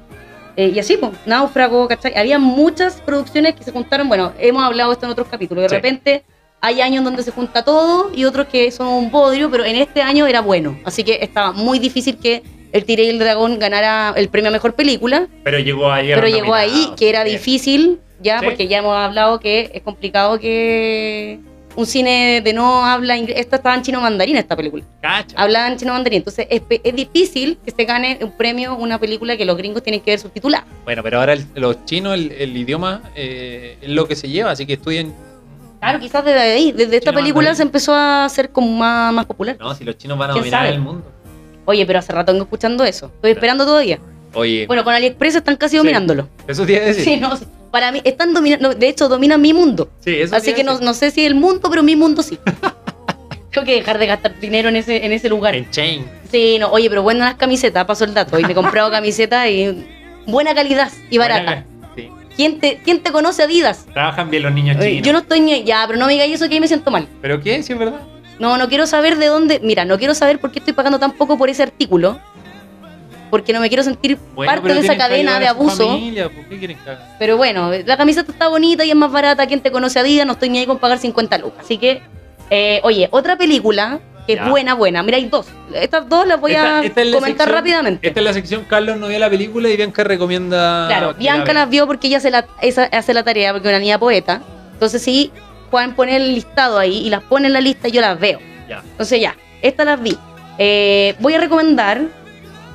[SPEAKER 1] Eh, y así, pues, Náufrago, ¿cachai? Había muchas producciones que se juntaron. Bueno, hemos hablado de esto en otros capítulos. De
[SPEAKER 2] Sí.
[SPEAKER 1] repente hay años donde se junta todo y otros que son un bodrio, pero en este año era bueno. Así que estaba muy difícil que El Tigre y el Dragón ganara el premio a mejor película,
[SPEAKER 2] Pero llegó ahí. Eh,
[SPEAKER 1] pero llegó ahí, que era difícil, ya,
[SPEAKER 2] Sí.
[SPEAKER 1] porque ya hemos hablado que es complicado que un cine de no habla inglés. Esta estaba en chino mandarín, esta película
[SPEAKER 2] Cacha.
[SPEAKER 1] hablaban chino mandarín. Entonces es, pe- es difícil que se gane un premio una película que los gringos tienen que ver subtitulada.
[SPEAKER 2] Bueno, pero ahora el- los chinos, el, el idioma eh, es lo que se lleva, así que estudien.
[SPEAKER 1] Claro, quizás desde ahí, desde esta
[SPEAKER 2] Mm. Chino
[SPEAKER 1] película
[SPEAKER 2] mandarín.
[SPEAKER 1] se empezó a hacer como más, más popular.
[SPEAKER 2] No, si los chinos van a
[SPEAKER 1] ¿Quién
[SPEAKER 2] dominar
[SPEAKER 1] sabe?
[SPEAKER 2] el mundo.
[SPEAKER 1] Oye, pero hace rato vengo escuchando eso. Estoy esperando todavía.
[SPEAKER 2] Oye,
[SPEAKER 1] Bueno, con AliExpress están casi dominándolo.
[SPEAKER 2] eso te iba a decir.
[SPEAKER 1] Sí, no, sí. para mí están dominando, de hecho dominan mi mundo.
[SPEAKER 2] Sí, eso
[SPEAKER 1] Así
[SPEAKER 2] te
[SPEAKER 1] que
[SPEAKER 2] iba a
[SPEAKER 1] no, no sé si el mundo, pero mi mundo sí. Tengo que dejar de gastar dinero en ese, en ese lugar.
[SPEAKER 2] decir. En chain.
[SPEAKER 1] Sí, no, oye, pero buenas las camisetas, paso el dato. Hoy me he comprado camisetas y buena calidad y barata.
[SPEAKER 2] Bueno, sí.
[SPEAKER 1] ¿Quién te, quién te conoce Adidas?
[SPEAKER 2] Trabajan bien los niños
[SPEAKER 1] Oye,
[SPEAKER 2] chinos.
[SPEAKER 1] Yo no estoy ni ya, pero no me digáis eso que ahí me siento mal.
[SPEAKER 2] ¿Pero qué? Sí, es verdad.
[SPEAKER 1] No, no quiero saber de dónde. Mira, no quiero saber por qué estoy pagando tan poco por ese artículo. Porque no me quiero sentir
[SPEAKER 2] Bueno,
[SPEAKER 1] parte
[SPEAKER 2] pero
[SPEAKER 1] de esa
[SPEAKER 2] tienen que
[SPEAKER 1] cadena
[SPEAKER 2] ayudar
[SPEAKER 1] de
[SPEAKER 2] a su
[SPEAKER 1] abuso.
[SPEAKER 2] familia, ¿por qué quieren que haga?
[SPEAKER 1] Pero bueno, la camiseta está bonita y es más barata. Quien te conoce Adidas, no estoy ni ahí con pagar 50 lucas. Así que, eh, oye, otra película que
[SPEAKER 2] Ya.
[SPEAKER 1] es buena, buena. Mira, hay dos. Estas dos las voy a
[SPEAKER 2] Esta- esta es la
[SPEAKER 1] comentar
[SPEAKER 2] sección-
[SPEAKER 1] rápidamente.
[SPEAKER 2] Esta es la sección Carlos no vio la película y Bianca recomienda.
[SPEAKER 1] Claro,
[SPEAKER 2] que
[SPEAKER 1] Bianca
[SPEAKER 2] la
[SPEAKER 1] las vio porque ella hace la, esa- hace la tarea, porque es una niña poeta. Entonces sí, Juan pone el listado ahí y las pone en la lista y yo las veo.
[SPEAKER 2] vea. Ya.
[SPEAKER 1] Entonces ya, estas las vi. Eh, voy a recomendar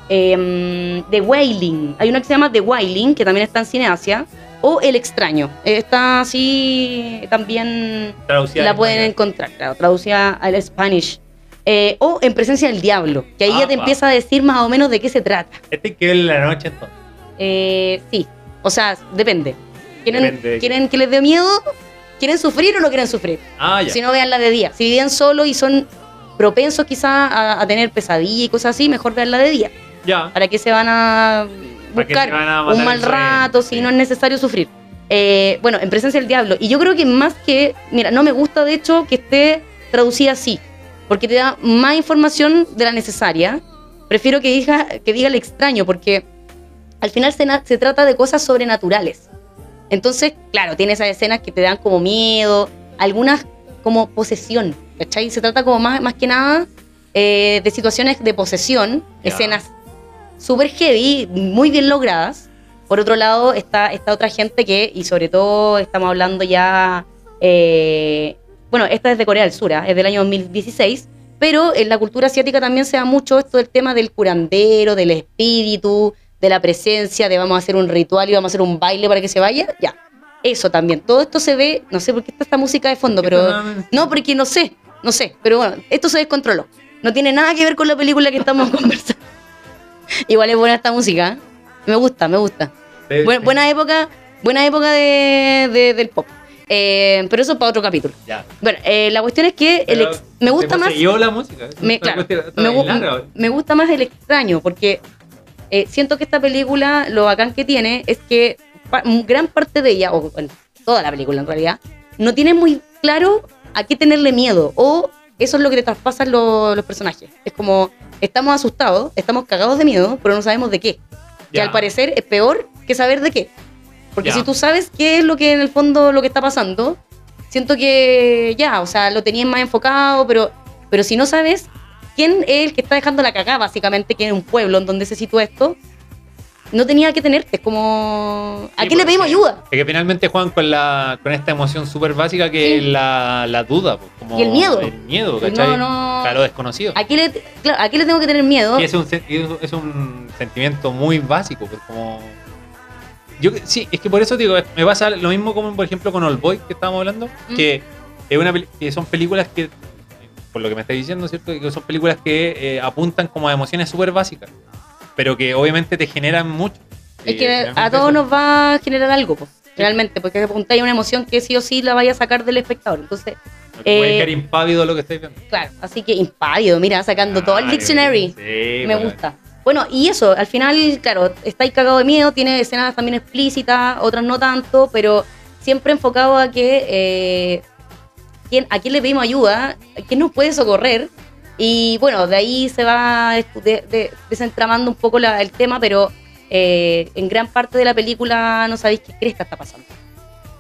[SPEAKER 1] em, The Wailing. Hay una que se llama The Wailing, que también está en Cineasia. O El Extraño. Eh, Está así también
[SPEAKER 2] Traducida
[SPEAKER 1] la
[SPEAKER 2] al
[SPEAKER 1] pueden
[SPEAKER 2] español.
[SPEAKER 1] encontrar, claro, traducida al Spanish. Eh, o En Presencia del Diablo, que ahí
[SPEAKER 2] Ah,
[SPEAKER 1] ya te
[SPEAKER 2] va.
[SPEAKER 1] empieza a decir más o menos de qué se trata.
[SPEAKER 2] Este hay que ver en la noche entonces.
[SPEAKER 1] Eh, sí, o sea, depende. ¿Quieren,
[SPEAKER 2] Depende.
[SPEAKER 1] ¿Quieren que les dé miedo? ¿Quieren sufrir o no quieren sufrir?
[SPEAKER 2] Ah, ya.
[SPEAKER 1] Si no, veanla de día. Si viven solo y son propensos quizá a, a tener pesadilla y cosas así, mejor veanla de día.
[SPEAKER 2] ya.
[SPEAKER 1] ¿Para qué se van a
[SPEAKER 2] ¿Para qué
[SPEAKER 1] buscar
[SPEAKER 2] se van a matar
[SPEAKER 1] un mal
[SPEAKER 2] entre-
[SPEAKER 1] rato si
[SPEAKER 2] sí.
[SPEAKER 1] no es necesario sufrir? Eh, bueno, en presencia del diablo. Y yo creo que más que, mira, no me gusta de hecho que esté traducida así, porque te da más información de la necesaria. Prefiero que diga, que diga el extraño, porque al final se, na- se trata de cosas sobrenaturales. Entonces, claro, tiene esas escenas que te dan como miedo, algunas como posesión, ¿cachai? Se trata como más, más que nada eh, de situaciones de posesión,
[SPEAKER 2] Ya.
[SPEAKER 1] escenas súper heavy, muy bien logradas. Por otro lado, está esta otra gente que, y sobre todo estamos hablando ya, eh, bueno, esta es de Corea del Sur, ah, es del año 2016, pero en la cultura asiática también se da mucho esto del tema del curandero, del espíritu, de la presencia, de vamos a hacer un ritual y vamos a hacer un baile para que se vaya, ya. Eso también, todo esto se ve, no sé por qué está esta música de fondo, pero... No, porque no sé, no sé. Pero bueno, esto se descontroló. No tiene nada que ver con la película que estamos conversando. Igual es buena esta música. ¿eh? Me gusta, me gusta.
[SPEAKER 2] Te-
[SPEAKER 1] Buena,
[SPEAKER 2] te-
[SPEAKER 1] buena época, buena época de, de- del pop. Eh, pero eso es para otro capítulo.
[SPEAKER 2] Ya.
[SPEAKER 1] Bueno, eh, la cuestión es que el
[SPEAKER 2] Pero
[SPEAKER 1] ex- me gusta
[SPEAKER 2] te
[SPEAKER 1] más.
[SPEAKER 2] poseyó la música.
[SPEAKER 1] Me,
[SPEAKER 2] Esta
[SPEAKER 1] claro,
[SPEAKER 2] cuestión- esta
[SPEAKER 1] me, gu-
[SPEAKER 2] bailar, ahora.
[SPEAKER 1] me gusta más el extraño, porque eh, siento que esta película, lo bacán que tiene, es que pa- m- gran parte de ella, o bueno, toda la película en realidad, no tiene muy claro a qué tenerle miedo, o eso es lo que te traspasan lo- los personajes. Es como, estamos asustados, estamos cagados de miedo, pero no sabemos de qué. Que
[SPEAKER 2] Ya.
[SPEAKER 1] al parecer es peor que saber de qué. Porque
[SPEAKER 2] Ya.
[SPEAKER 1] si tú sabes qué es lo que en el fondo lo que está pasando, siento que ya, o sea, lo tenías más enfocado, pero, pero si no sabes quién es el que está dejando la cagada, básicamente, que en un pueblo en donde se sitúa esto, no tenía que tenerte. Es como. ¿A
[SPEAKER 2] Sí,
[SPEAKER 1] quién le pedimos
[SPEAKER 2] porque-
[SPEAKER 1] ayuda?
[SPEAKER 2] Es que finalmente juegan con la con esta emoción súper básica que
[SPEAKER 1] Sí.
[SPEAKER 2] es la, la duda. pues, Como
[SPEAKER 1] Y el miedo.
[SPEAKER 2] El miedo,
[SPEAKER 1] No,
[SPEAKER 2] ¿cachai?
[SPEAKER 1] no.
[SPEAKER 2] A lo desconocido.
[SPEAKER 1] ¿A quién le, claro, ¿a quién le tengo que tener miedo?
[SPEAKER 2] Y es un, sen- es un- es un sentimiento muy básico, pues, como... Yo, que- sí, es que por eso digo, es- me pasa lo mismo como por ejemplo con Old Boy que estábamos hablando,
[SPEAKER 1] Mm.
[SPEAKER 2] que, es una, peli- que son películas que, por lo que me estáis diciendo, ¿cierto? Que son películas que eh, apuntan como a emociones súper básicas, pero que obviamente te generan mucho.
[SPEAKER 1] Es
[SPEAKER 2] Y,
[SPEAKER 1] que
[SPEAKER 2] eh,
[SPEAKER 1] a todos nos va a generar algo, pues, realmente, porque apuntáis a una emoción que sí o sí la vaya a sacar del espectador. Entonces,
[SPEAKER 2] te Puede
[SPEAKER 1] eh,
[SPEAKER 2] quedar impávido lo que estáis viendo.
[SPEAKER 1] claro, así que impávido, mira, sacando todo el
[SPEAKER 2] Ah,
[SPEAKER 1] dictionary. Me
[SPEAKER 2] sí, bueno.
[SPEAKER 1] gusta. Bueno, y eso, al final, claro, estáis cagado de miedo, tiene escenas también explícitas, otras no tanto, pero siempre enfocado a que eh, ¿quién- a quién le pedimos ayuda, a quién nos puede socorrer. Y bueno, de ahí se va estu- de- de- desentramando un poco la- el tema, pero eh, en gran parte de la película no sabéis qué cresta está pasando.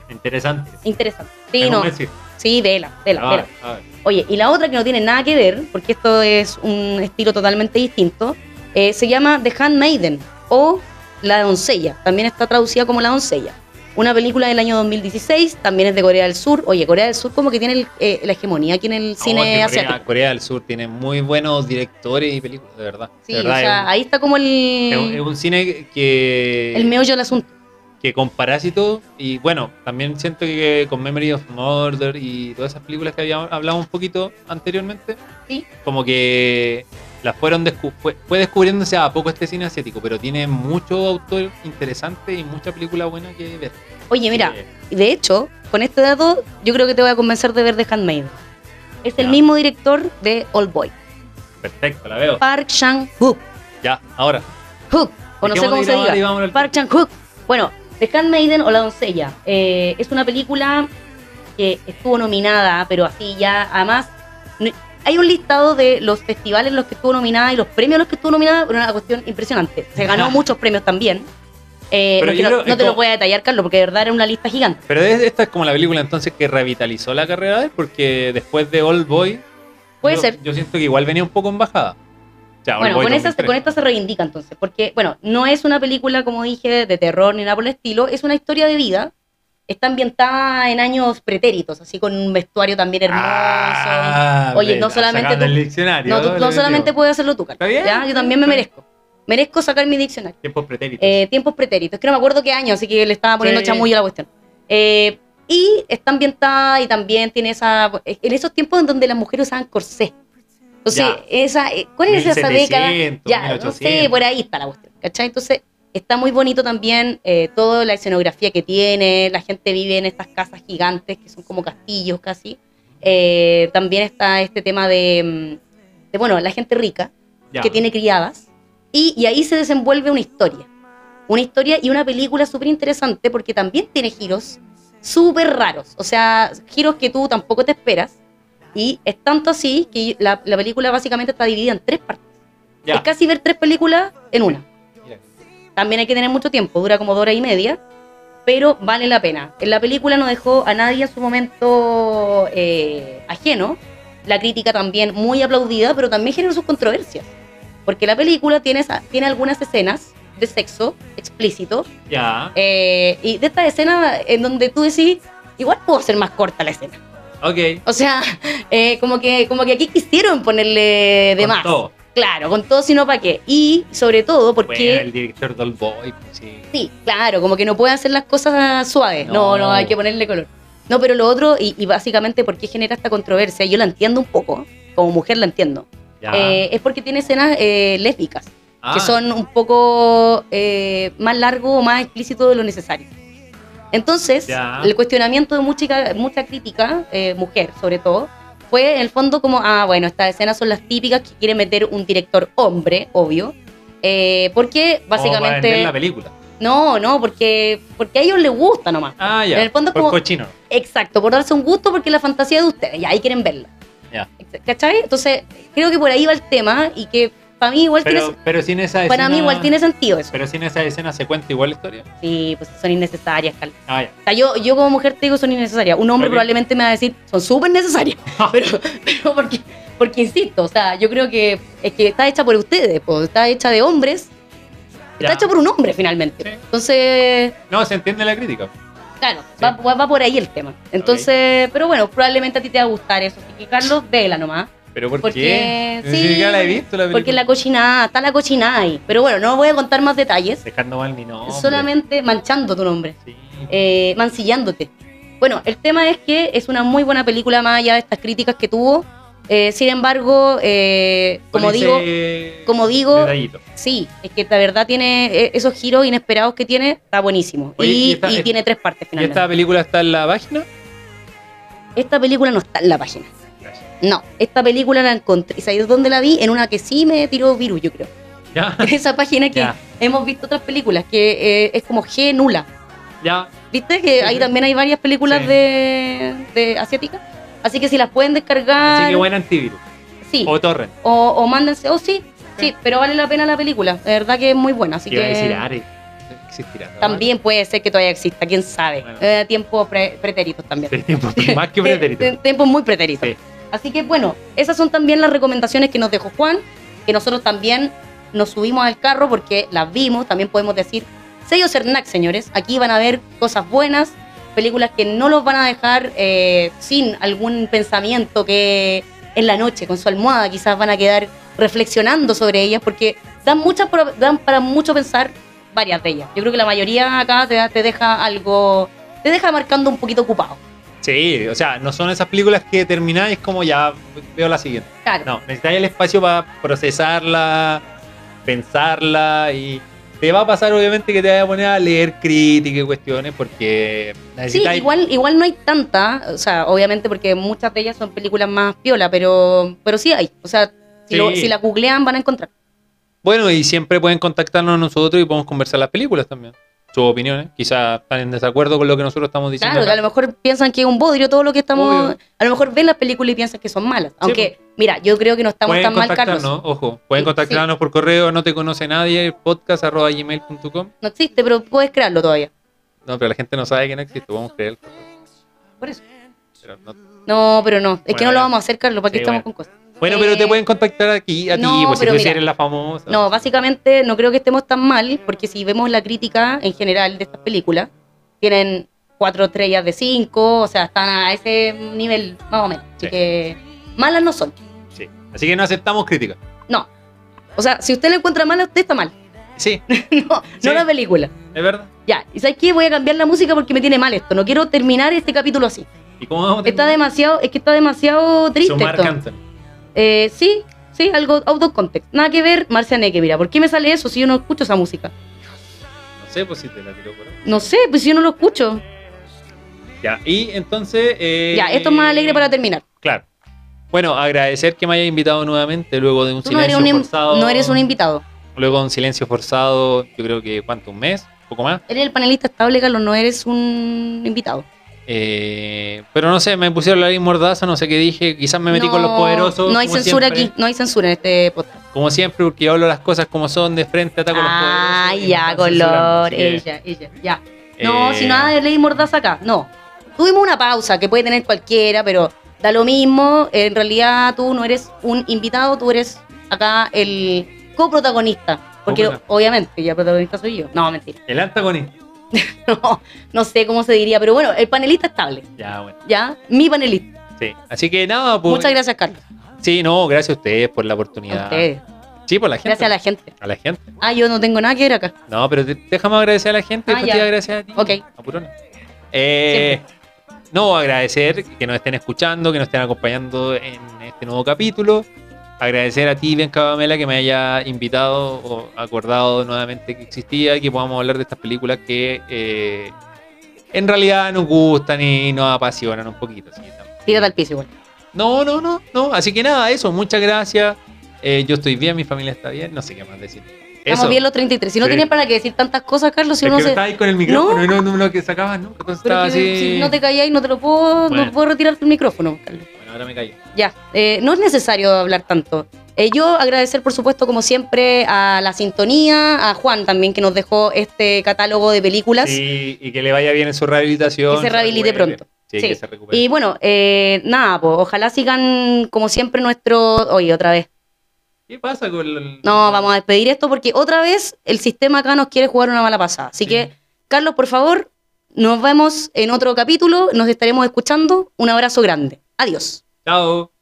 [SPEAKER 2] Interesante.
[SPEAKER 1] Interesante.
[SPEAKER 2] Es
[SPEAKER 1] Sí,
[SPEAKER 2] un Ah,
[SPEAKER 1] no.
[SPEAKER 2] Messi.
[SPEAKER 1] Sí, vela, vela,
[SPEAKER 2] A
[SPEAKER 1] vela.
[SPEAKER 2] ver, a ver.
[SPEAKER 1] Oye, y la otra que no tiene nada que ver, porque esto es un estilo totalmente distinto, eh, se llama The Handmaiden o La doncella. También está traducida como La doncella. Una película del año 2016, también es de Corea del Sur. Oye, Corea del Sur como que tiene el- eh, la hegemonía aquí en el
[SPEAKER 2] No,
[SPEAKER 1] cine
[SPEAKER 2] Oh, es que Corea,
[SPEAKER 1] asiático.
[SPEAKER 2] Corea del Sur tiene muy buenos directores y películas, de verdad.
[SPEAKER 1] Sí,
[SPEAKER 2] De
[SPEAKER 1] o
[SPEAKER 2] verdad, es
[SPEAKER 1] sea,
[SPEAKER 2] un-
[SPEAKER 1] ahí está como
[SPEAKER 2] es, un, es
[SPEAKER 1] el,
[SPEAKER 2] un cine que,
[SPEAKER 1] el meollo del asunto.
[SPEAKER 2] que con Parásito y bueno, también siento que con Memory of Murder y todas esas películas que habíamos hablado un poquito anteriormente,
[SPEAKER 1] Sí.
[SPEAKER 2] como que las fueron descu- fue, fue descubriéndose a poco este cine asiático, pero tiene mucho autor interesante y mucha película buena que ver.
[SPEAKER 1] Oye, mira,
[SPEAKER 2] Eh,
[SPEAKER 1] de hecho, con este dato yo creo que te voy a convencer de ver The Handmaiden. Es el
[SPEAKER 2] Ya.
[SPEAKER 1] mismo director de Old Boy,
[SPEAKER 2] perfecto, la veo.
[SPEAKER 1] Park Chan-wook.
[SPEAKER 2] Ya, ahora.
[SPEAKER 1] Hook, o no sé cómo se diga. Park Chan Hook. Bueno, The Handmaiden o La Doncella. eh, es una película que estuvo nominada, pero así ya, además, no- hay un listado de los festivales en los que estuvo nominada y los premios en los que estuvo nominada, pero una cuestión impresionante. Se ganó muchos premios también. Eh,
[SPEAKER 2] Pero
[SPEAKER 1] no quiero-
[SPEAKER 2] yo creo-
[SPEAKER 1] no
[SPEAKER 2] es
[SPEAKER 1] te lo
[SPEAKER 2] como-
[SPEAKER 1] voy a detallar, Carlos, porque de verdad era una lista gigante.
[SPEAKER 2] Pero es- esta es como la película entonces que revitalizó la carrera de él, porque después de Old Boy.
[SPEAKER 1] Puede
[SPEAKER 2] yo,
[SPEAKER 1] ser.
[SPEAKER 2] Yo siento que igual venía un poco en bajada. O sea, Old
[SPEAKER 1] Bueno,
[SPEAKER 2] Boy
[SPEAKER 1] con, esa,
[SPEAKER 2] 2003.
[SPEAKER 1] con esta se reivindica entonces, porque, bueno, no es una película, como dije, de terror ni nada por el estilo, es una historia de vida. Está ambientada en años pretéritos, así con un vestuario también hermoso.
[SPEAKER 2] Ah,
[SPEAKER 1] Oye, no
[SPEAKER 2] verdad,
[SPEAKER 1] solamente
[SPEAKER 2] sacando
[SPEAKER 1] tú-
[SPEAKER 2] el diccionario.
[SPEAKER 1] No, tú- no
[SPEAKER 2] le
[SPEAKER 1] solamente
[SPEAKER 2] digo.
[SPEAKER 1] puedes hacerlo tú, Carlos.
[SPEAKER 2] Está bien,
[SPEAKER 1] ¿ya? Yo también me
[SPEAKER 2] está
[SPEAKER 1] merezco. Merezco sacar mi diccionario.
[SPEAKER 2] Tiempos pretéritos.
[SPEAKER 1] Eh, tiempos pretéritos. Es que no me acuerdo qué año, así que le estaba poniendo
[SPEAKER 2] Sí.
[SPEAKER 1] chamullo a la cuestión. Eh, y está ambientada y también tiene esa. En esos tiempos en donde las mujeres usaban corsé. Entonces,
[SPEAKER 2] Ya.
[SPEAKER 1] esa, eh, ¿cuál es esa década?
[SPEAKER 2] 1700,
[SPEAKER 1] Ya, no sé,
[SPEAKER 2] 1800.
[SPEAKER 1] por ahí está la cuestión, ¿cachai? Entonces, está muy bonito también eh, toda la escenografía que tiene, la gente vive en estas casas gigantes que son como castillos casi. Eh, también está este tema de, mm, de, bueno, la gente rica
[SPEAKER 2] Ya.
[SPEAKER 1] que tiene criadas. Y, y ahí se desenvuelve una historia. Una historia y una película súper interesante porque también tiene giros súper raros. O sea, giros que tú tampoco te esperas. Y es tanto así que la, la película básicamente está dividida en tres partes.
[SPEAKER 2] Ya.
[SPEAKER 1] Es casi ver tres películas en una.
[SPEAKER 2] Mira.
[SPEAKER 1] También hay que tener mucho tiempo, dura como dos horas y media, pero vale la pena. En la película no dejó a nadie en su momento eh, ajeno. La crítica también muy aplaudida, pero también generó sus controversias. Porque la película tiene, esa- tiene algunas escenas de sexo explícito.
[SPEAKER 2] Ya.
[SPEAKER 1] eh, y de estas escenas en donde tú decís, igual puedo hacer más corta la escena.
[SPEAKER 2] Ok.
[SPEAKER 1] O sea, eh, como, que, como que aquí quisieron ponerle de
[SPEAKER 2] con
[SPEAKER 1] más.
[SPEAKER 2] todo.
[SPEAKER 1] Claro, con todo, sino para qué. Y sobre todo porque...
[SPEAKER 2] Bueno, pues, el director del Boy. pues, Sí.
[SPEAKER 1] Sí, claro, como que no puede hacer las cosas suaves. No, no,
[SPEAKER 2] No.
[SPEAKER 1] hay que ponerle color. No, pero lo otro, y, y básicamente por qué genera esta controversia, yo la entiendo un poco, como mujer la entiendo,
[SPEAKER 2] Ya.
[SPEAKER 1] eh, es porque tiene escenas eh, lésbicas,
[SPEAKER 2] Ah,
[SPEAKER 1] que son un poco eh, más largo o más explícito de lo necesario. Entonces,
[SPEAKER 2] Ya.
[SPEAKER 1] el cuestionamiento de mucha, mucha crítica, eh, mujer sobre todo, fue en el fondo como, ah, bueno, estas escenas son las típicas que quiere meter un director hombre, obvio, eh, porque
[SPEAKER 2] como para
[SPEAKER 1] básicamente...
[SPEAKER 2] Oh, vender la película.
[SPEAKER 1] No, no, porque, porque a ellos les gusta nomás.
[SPEAKER 2] Ah, ya.
[SPEAKER 1] En el fondo
[SPEAKER 2] Por
[SPEAKER 1] como-
[SPEAKER 2] cochino.
[SPEAKER 1] Exacto, por darse un gusto porque es la fantasía de ustedes, y ahí quieren verla.
[SPEAKER 2] Ya.
[SPEAKER 1] ¿Cachai? Entonces, creo que por ahí va el tema y que para mí igual
[SPEAKER 2] Pero,
[SPEAKER 1] tiene,
[SPEAKER 2] pero sin esa escena.
[SPEAKER 1] para mí igual tiene sentido eso.
[SPEAKER 2] Pero sin esa escena se cuenta igual la historia.
[SPEAKER 1] Sí, pues son innecesarias, Carla.
[SPEAKER 2] Ah, ya.
[SPEAKER 1] O sea, yo, yo como mujer te digo son innecesarias. Un hombre
[SPEAKER 2] Ok.
[SPEAKER 1] probablemente me va a decir son súper necesarias. pero, pero porque, porque insisto, o sea, yo creo que es que está hecha por ustedes, pues, está hecha de hombres Está
[SPEAKER 2] Ya.
[SPEAKER 1] hecho por un hombre finalmente.
[SPEAKER 2] Sí.
[SPEAKER 1] Entonces,
[SPEAKER 2] No, se entiende la crítica.
[SPEAKER 1] claro,
[SPEAKER 2] Sí.
[SPEAKER 1] va, va- va por ahí el tema. Entonces, pero bueno, probablemente a ti te va a gustar eso. Así que Carlos, vela nomás.
[SPEAKER 2] ¿Pero por
[SPEAKER 1] Porque-
[SPEAKER 2] qué?
[SPEAKER 1] sí,
[SPEAKER 2] Ni siquiera la he visto la película.
[SPEAKER 1] Porque la cochinada, está la cochinada ahí. Pero bueno, no voy a contar más detalles.
[SPEAKER 2] Dejando mal mi nombre.
[SPEAKER 1] Solamente manchando tu nombre.
[SPEAKER 2] Sí.
[SPEAKER 1] eh, mancillándote. Bueno, el tema es que es una muy buena película más allá de estas críticas que tuvo. Eh, sin embargo, eh, como
[SPEAKER 2] Con
[SPEAKER 1] digo,
[SPEAKER 2] ese
[SPEAKER 1] como digo-
[SPEAKER 2] detallito.
[SPEAKER 1] sí, es que la verdad tiene eh, esos giros inesperados que tiene, está buenísimo.
[SPEAKER 2] Oye,
[SPEAKER 1] y
[SPEAKER 2] y esta-
[SPEAKER 1] y
[SPEAKER 2] eh,
[SPEAKER 1] tiene tres partes
[SPEAKER 2] ¿Y
[SPEAKER 1] finalmente.
[SPEAKER 2] esta película está en la página?
[SPEAKER 1] Esta... película no está en la página. No, esta película la encontré. ¿Sabes dónde la vi? En una que sí me tiró virus, yo creo.
[SPEAKER 2] Ya,
[SPEAKER 1] Esa página que
[SPEAKER 2] Ya.
[SPEAKER 1] hemos visto otras películas, que eh, es como G nula.
[SPEAKER 2] ya.
[SPEAKER 1] ¿Viste? Que ahí
[SPEAKER 2] Sí.
[SPEAKER 1] también hay varias películas
[SPEAKER 2] Sí.
[SPEAKER 1] de, de asiáticas. Así que si las pueden descargar.
[SPEAKER 2] Así que buen antivirus.
[SPEAKER 1] Ah, Sí, o,
[SPEAKER 2] O torrent.
[SPEAKER 1] o mándense, oh sí, sí,
[SPEAKER 2] Sí.
[SPEAKER 1] pero vale la pena la película, de verdad que es muy buena, así
[SPEAKER 2] Que iba a decir
[SPEAKER 1] que
[SPEAKER 2] Ares. Existirá. ¿no?
[SPEAKER 1] también puede ser que todavía exista, quién sabe,
[SPEAKER 2] Bueno.
[SPEAKER 1] Eh, tiempos pre- pretéritos también.
[SPEAKER 2] Sí, tiempo- más que
[SPEAKER 1] Eh, eh,
[SPEAKER 2] pretérito.
[SPEAKER 1] Tiempos muy pretéritos.
[SPEAKER 2] Sí.
[SPEAKER 1] Así que bueno, esas son también las recomendaciones que nos dejó Juan, que nosotros también nos subimos al carro porque las vimos, también podemos decir, sello Cernac, señores, aquí van a ver cosas buenas, películas que no los van a dejar eh, sin algún pensamiento que en la noche, con su almohada, quizás van a quedar reflexionando sobre ellas porque dan, muchas, pro- dan para mucho pensar varias de ellas. Yo creo que la mayoría acá te, da- te deja algo, te deja marcando un poquito ocupado.
[SPEAKER 2] Sí, o sea, no son esas películas que termináis como ya veo la siguiente.
[SPEAKER 1] Claro.
[SPEAKER 2] No, necesitáis el espacio para procesarla, pensarla y te va a pasar obviamente que te vas a poner a leer críticas y cuestiones porque
[SPEAKER 1] Sí,
[SPEAKER 2] necesitáis...
[SPEAKER 1] igual, igual no hay tanta, o sea, obviamente porque muchas de ellas son películas más piola, pero, pero sí hay. O sea, si,
[SPEAKER 2] Sí.
[SPEAKER 1] lo- si la googlean van a encontrar.
[SPEAKER 2] Bueno, y siempre pueden contactarnos a nosotros y podemos conversar las películas también. Sus opiniones, quizás están en desacuerdo con lo que nosotros estamos diciendo.
[SPEAKER 1] Claro, que a
[SPEAKER 2] acá.
[SPEAKER 1] lo mejor piensan que es un bodrio todo lo que estamos.
[SPEAKER 2] Obvio.
[SPEAKER 1] A lo mejor ven las películas y piensan que son malas. Aunque, mira, yo creo que no estamos
[SPEAKER 2] pueden
[SPEAKER 1] tan mal, Carlos.
[SPEAKER 2] contactarnos, ojo, pueden
[SPEAKER 1] Sí,
[SPEAKER 2] contactarnos por correo, no te conoce nadie, podcast.gmail.com.
[SPEAKER 1] No existe, pero puedes crearlo todavía.
[SPEAKER 2] No, pero la gente no sabe que no existe, vamos a creer.
[SPEAKER 1] Por eso.
[SPEAKER 2] Pero no-
[SPEAKER 1] No, pero no. Es que
[SPEAKER 2] Bueno,
[SPEAKER 1] no lo
[SPEAKER 2] ya.
[SPEAKER 1] vamos a hacer, Carlos, porque
[SPEAKER 2] Sí,
[SPEAKER 1] estamos
[SPEAKER 2] bueno.
[SPEAKER 1] con cosas.
[SPEAKER 2] Bueno,
[SPEAKER 1] Eh,
[SPEAKER 2] pero te pueden contactar aquí, a
[SPEAKER 1] no,
[SPEAKER 2] ti, pues si
[SPEAKER 1] pero
[SPEAKER 2] tú
[SPEAKER 1] mira.
[SPEAKER 2] sí eres la famosa.
[SPEAKER 1] No, básicamente no creo que estemos tan mal,
[SPEAKER 2] Mm.
[SPEAKER 1] porque si vemos la crítica en general de estas películas, tienen cuatro estrellas de cinco, o sea, están a ese nivel más o menos. Así
[SPEAKER 2] Sí.
[SPEAKER 1] que malas no son.
[SPEAKER 2] Sí. Así que no aceptamos críticas.
[SPEAKER 1] No. O sea, si usted la encuentra mala, usted está mal.
[SPEAKER 2] Sí,
[SPEAKER 1] No,
[SPEAKER 2] Sí.
[SPEAKER 1] no la película.
[SPEAKER 2] es verdad.
[SPEAKER 1] Ya, ¿y sabes qué? Voy a cambiar la música porque me tiene mal esto. No quiero terminar este capítulo así.
[SPEAKER 2] ¿Y cómo vamos a
[SPEAKER 1] Está
[SPEAKER 2] terminar?
[SPEAKER 1] demasiado, es que está demasiado triste
[SPEAKER 2] Su Marc
[SPEAKER 1] esto.
[SPEAKER 2] Anthony.
[SPEAKER 1] Eh, sí, sí, algo out of context. Nada que ver, Marcia Neque, mira, ¿por qué me sale eso si yo no escucho esa música?
[SPEAKER 2] No sé, pues si te la tiró por ahí.
[SPEAKER 1] No sé, pues yo no lo escucho.
[SPEAKER 2] Ya, y entonces... eh,
[SPEAKER 1] Ya, esto es más alegre para terminar.
[SPEAKER 2] Claro. Bueno, agradecer que me hayas invitado nuevamente luego de un
[SPEAKER 1] Tú no eres,
[SPEAKER 2] silencio
[SPEAKER 1] un, im-
[SPEAKER 2] forzado.
[SPEAKER 1] no eres un invitado.
[SPEAKER 2] Luego de un silencio forzado, yo creo que, ¿cuánto? ¿Un mes? ¿Un poco más?
[SPEAKER 1] Eres el panelista estable, Carlos, no eres un invitado.
[SPEAKER 2] Eh, pero no sé, me pusieron la ley mordaza, no sé qué dije. Quizás me metí
[SPEAKER 1] No,
[SPEAKER 2] con los poderosos.
[SPEAKER 1] No hay
[SPEAKER 2] como
[SPEAKER 1] censura
[SPEAKER 2] siempre.
[SPEAKER 1] aquí, no hay censura en este podcast.
[SPEAKER 2] Como siempre, porque yo hablo las cosas como son, de frente, ataco a los poderosos.
[SPEAKER 1] Ah,
[SPEAKER 2] y me
[SPEAKER 1] ya,
[SPEAKER 2] están censurando,
[SPEAKER 1] color.
[SPEAKER 2] así que,
[SPEAKER 1] Ella, ella, ya. No,
[SPEAKER 2] eh,
[SPEAKER 1] si nada de ley mordaza acá, no. Tuvimos una pausa que puede tener cualquiera, pero da lo mismo. En realidad tú no eres un invitado, tú eres acá el coprotagonista. Porque
[SPEAKER 2] Coprotagonista.
[SPEAKER 1] obviamente ya protagonista soy yo. No, mentira.
[SPEAKER 2] El antagonista.
[SPEAKER 1] No, no sé cómo se diría, pero bueno, el panelista estable,
[SPEAKER 2] Ya, bueno.
[SPEAKER 1] ¿ya? Mi panelista.
[SPEAKER 2] Sí. Así que nada, pues.
[SPEAKER 1] Muchas gracias, Carlos.
[SPEAKER 2] Sí, no, gracias a ustedes por
[SPEAKER 1] A
[SPEAKER 2] la oportunidad.
[SPEAKER 1] ustedes.
[SPEAKER 2] Sí, por la gente.
[SPEAKER 1] Gracias a la gente.
[SPEAKER 2] A la gente.
[SPEAKER 1] Ah, yo no tengo nada que ver acá.
[SPEAKER 2] No, pero te- déjame agradecer a la gente
[SPEAKER 1] Ah,
[SPEAKER 2] y después
[SPEAKER 1] ya.
[SPEAKER 2] te agradecer a ti.
[SPEAKER 1] Ok.
[SPEAKER 2] Apurona. Eh, no, agradecer que nos estén escuchando, que nos estén acompañando en este nuevo capítulo. Agradecer a ti, Ben Cabamela, que me haya invitado o acordado nuevamente que existía y que podamos hablar de estas películas que eh, en realidad nos gustan y nos apasionan un poquito. así que tampoco-
[SPEAKER 1] Tírate al piso igual.
[SPEAKER 2] no, no, no, no. Así que nada, eso. Muchas gracias. Eh, yo estoy bien, mi familia está bien. No sé qué más decir.
[SPEAKER 1] Estamos
[SPEAKER 2] Eso.
[SPEAKER 1] Ah, bien los 36. Si no
[SPEAKER 2] Sí.
[SPEAKER 1] tienes para qué decir tantas cosas, Carlos, si
[SPEAKER 2] Es
[SPEAKER 1] uno
[SPEAKER 2] que
[SPEAKER 1] se...
[SPEAKER 2] estaba ahí con el micrófono
[SPEAKER 1] No.
[SPEAKER 2] y no, no lo que sacabas nunca. Entonces
[SPEAKER 1] Pero
[SPEAKER 2] estaba
[SPEAKER 1] es que
[SPEAKER 2] así.
[SPEAKER 1] si no te calláis, no te lo puedo,
[SPEAKER 2] Bueno.
[SPEAKER 1] no puedo retirar el micrófono, Carlos.
[SPEAKER 2] Bueno, ahora me callo.
[SPEAKER 1] Ya, eh, no es necesario hablar tanto. Eh, yo agradecer, por supuesto, como siempre, a la sintonía, a Juan también, que nos dejó este catálogo de películas.
[SPEAKER 2] Sí, y que le vaya bien en su rehabilitación.
[SPEAKER 1] Que se rehabilite
[SPEAKER 2] recupere.
[SPEAKER 1] pronto.
[SPEAKER 2] Sí,
[SPEAKER 1] Sí.
[SPEAKER 2] que se recupere.
[SPEAKER 1] Y bueno, eh, nada, pues ojalá sigan como siempre nuestro... Oye, otra vez.
[SPEAKER 2] ¿Qué pasa con el.?
[SPEAKER 1] No, vamos a despedir esto porque otra vez el sistema acá nos quiere jugar una mala pasada. Así
[SPEAKER 2] Sí.
[SPEAKER 1] que, Carlos, por favor, nos vemos en otro capítulo. Nos estaremos escuchando. Un abrazo grande. Adiós.
[SPEAKER 2] Chao.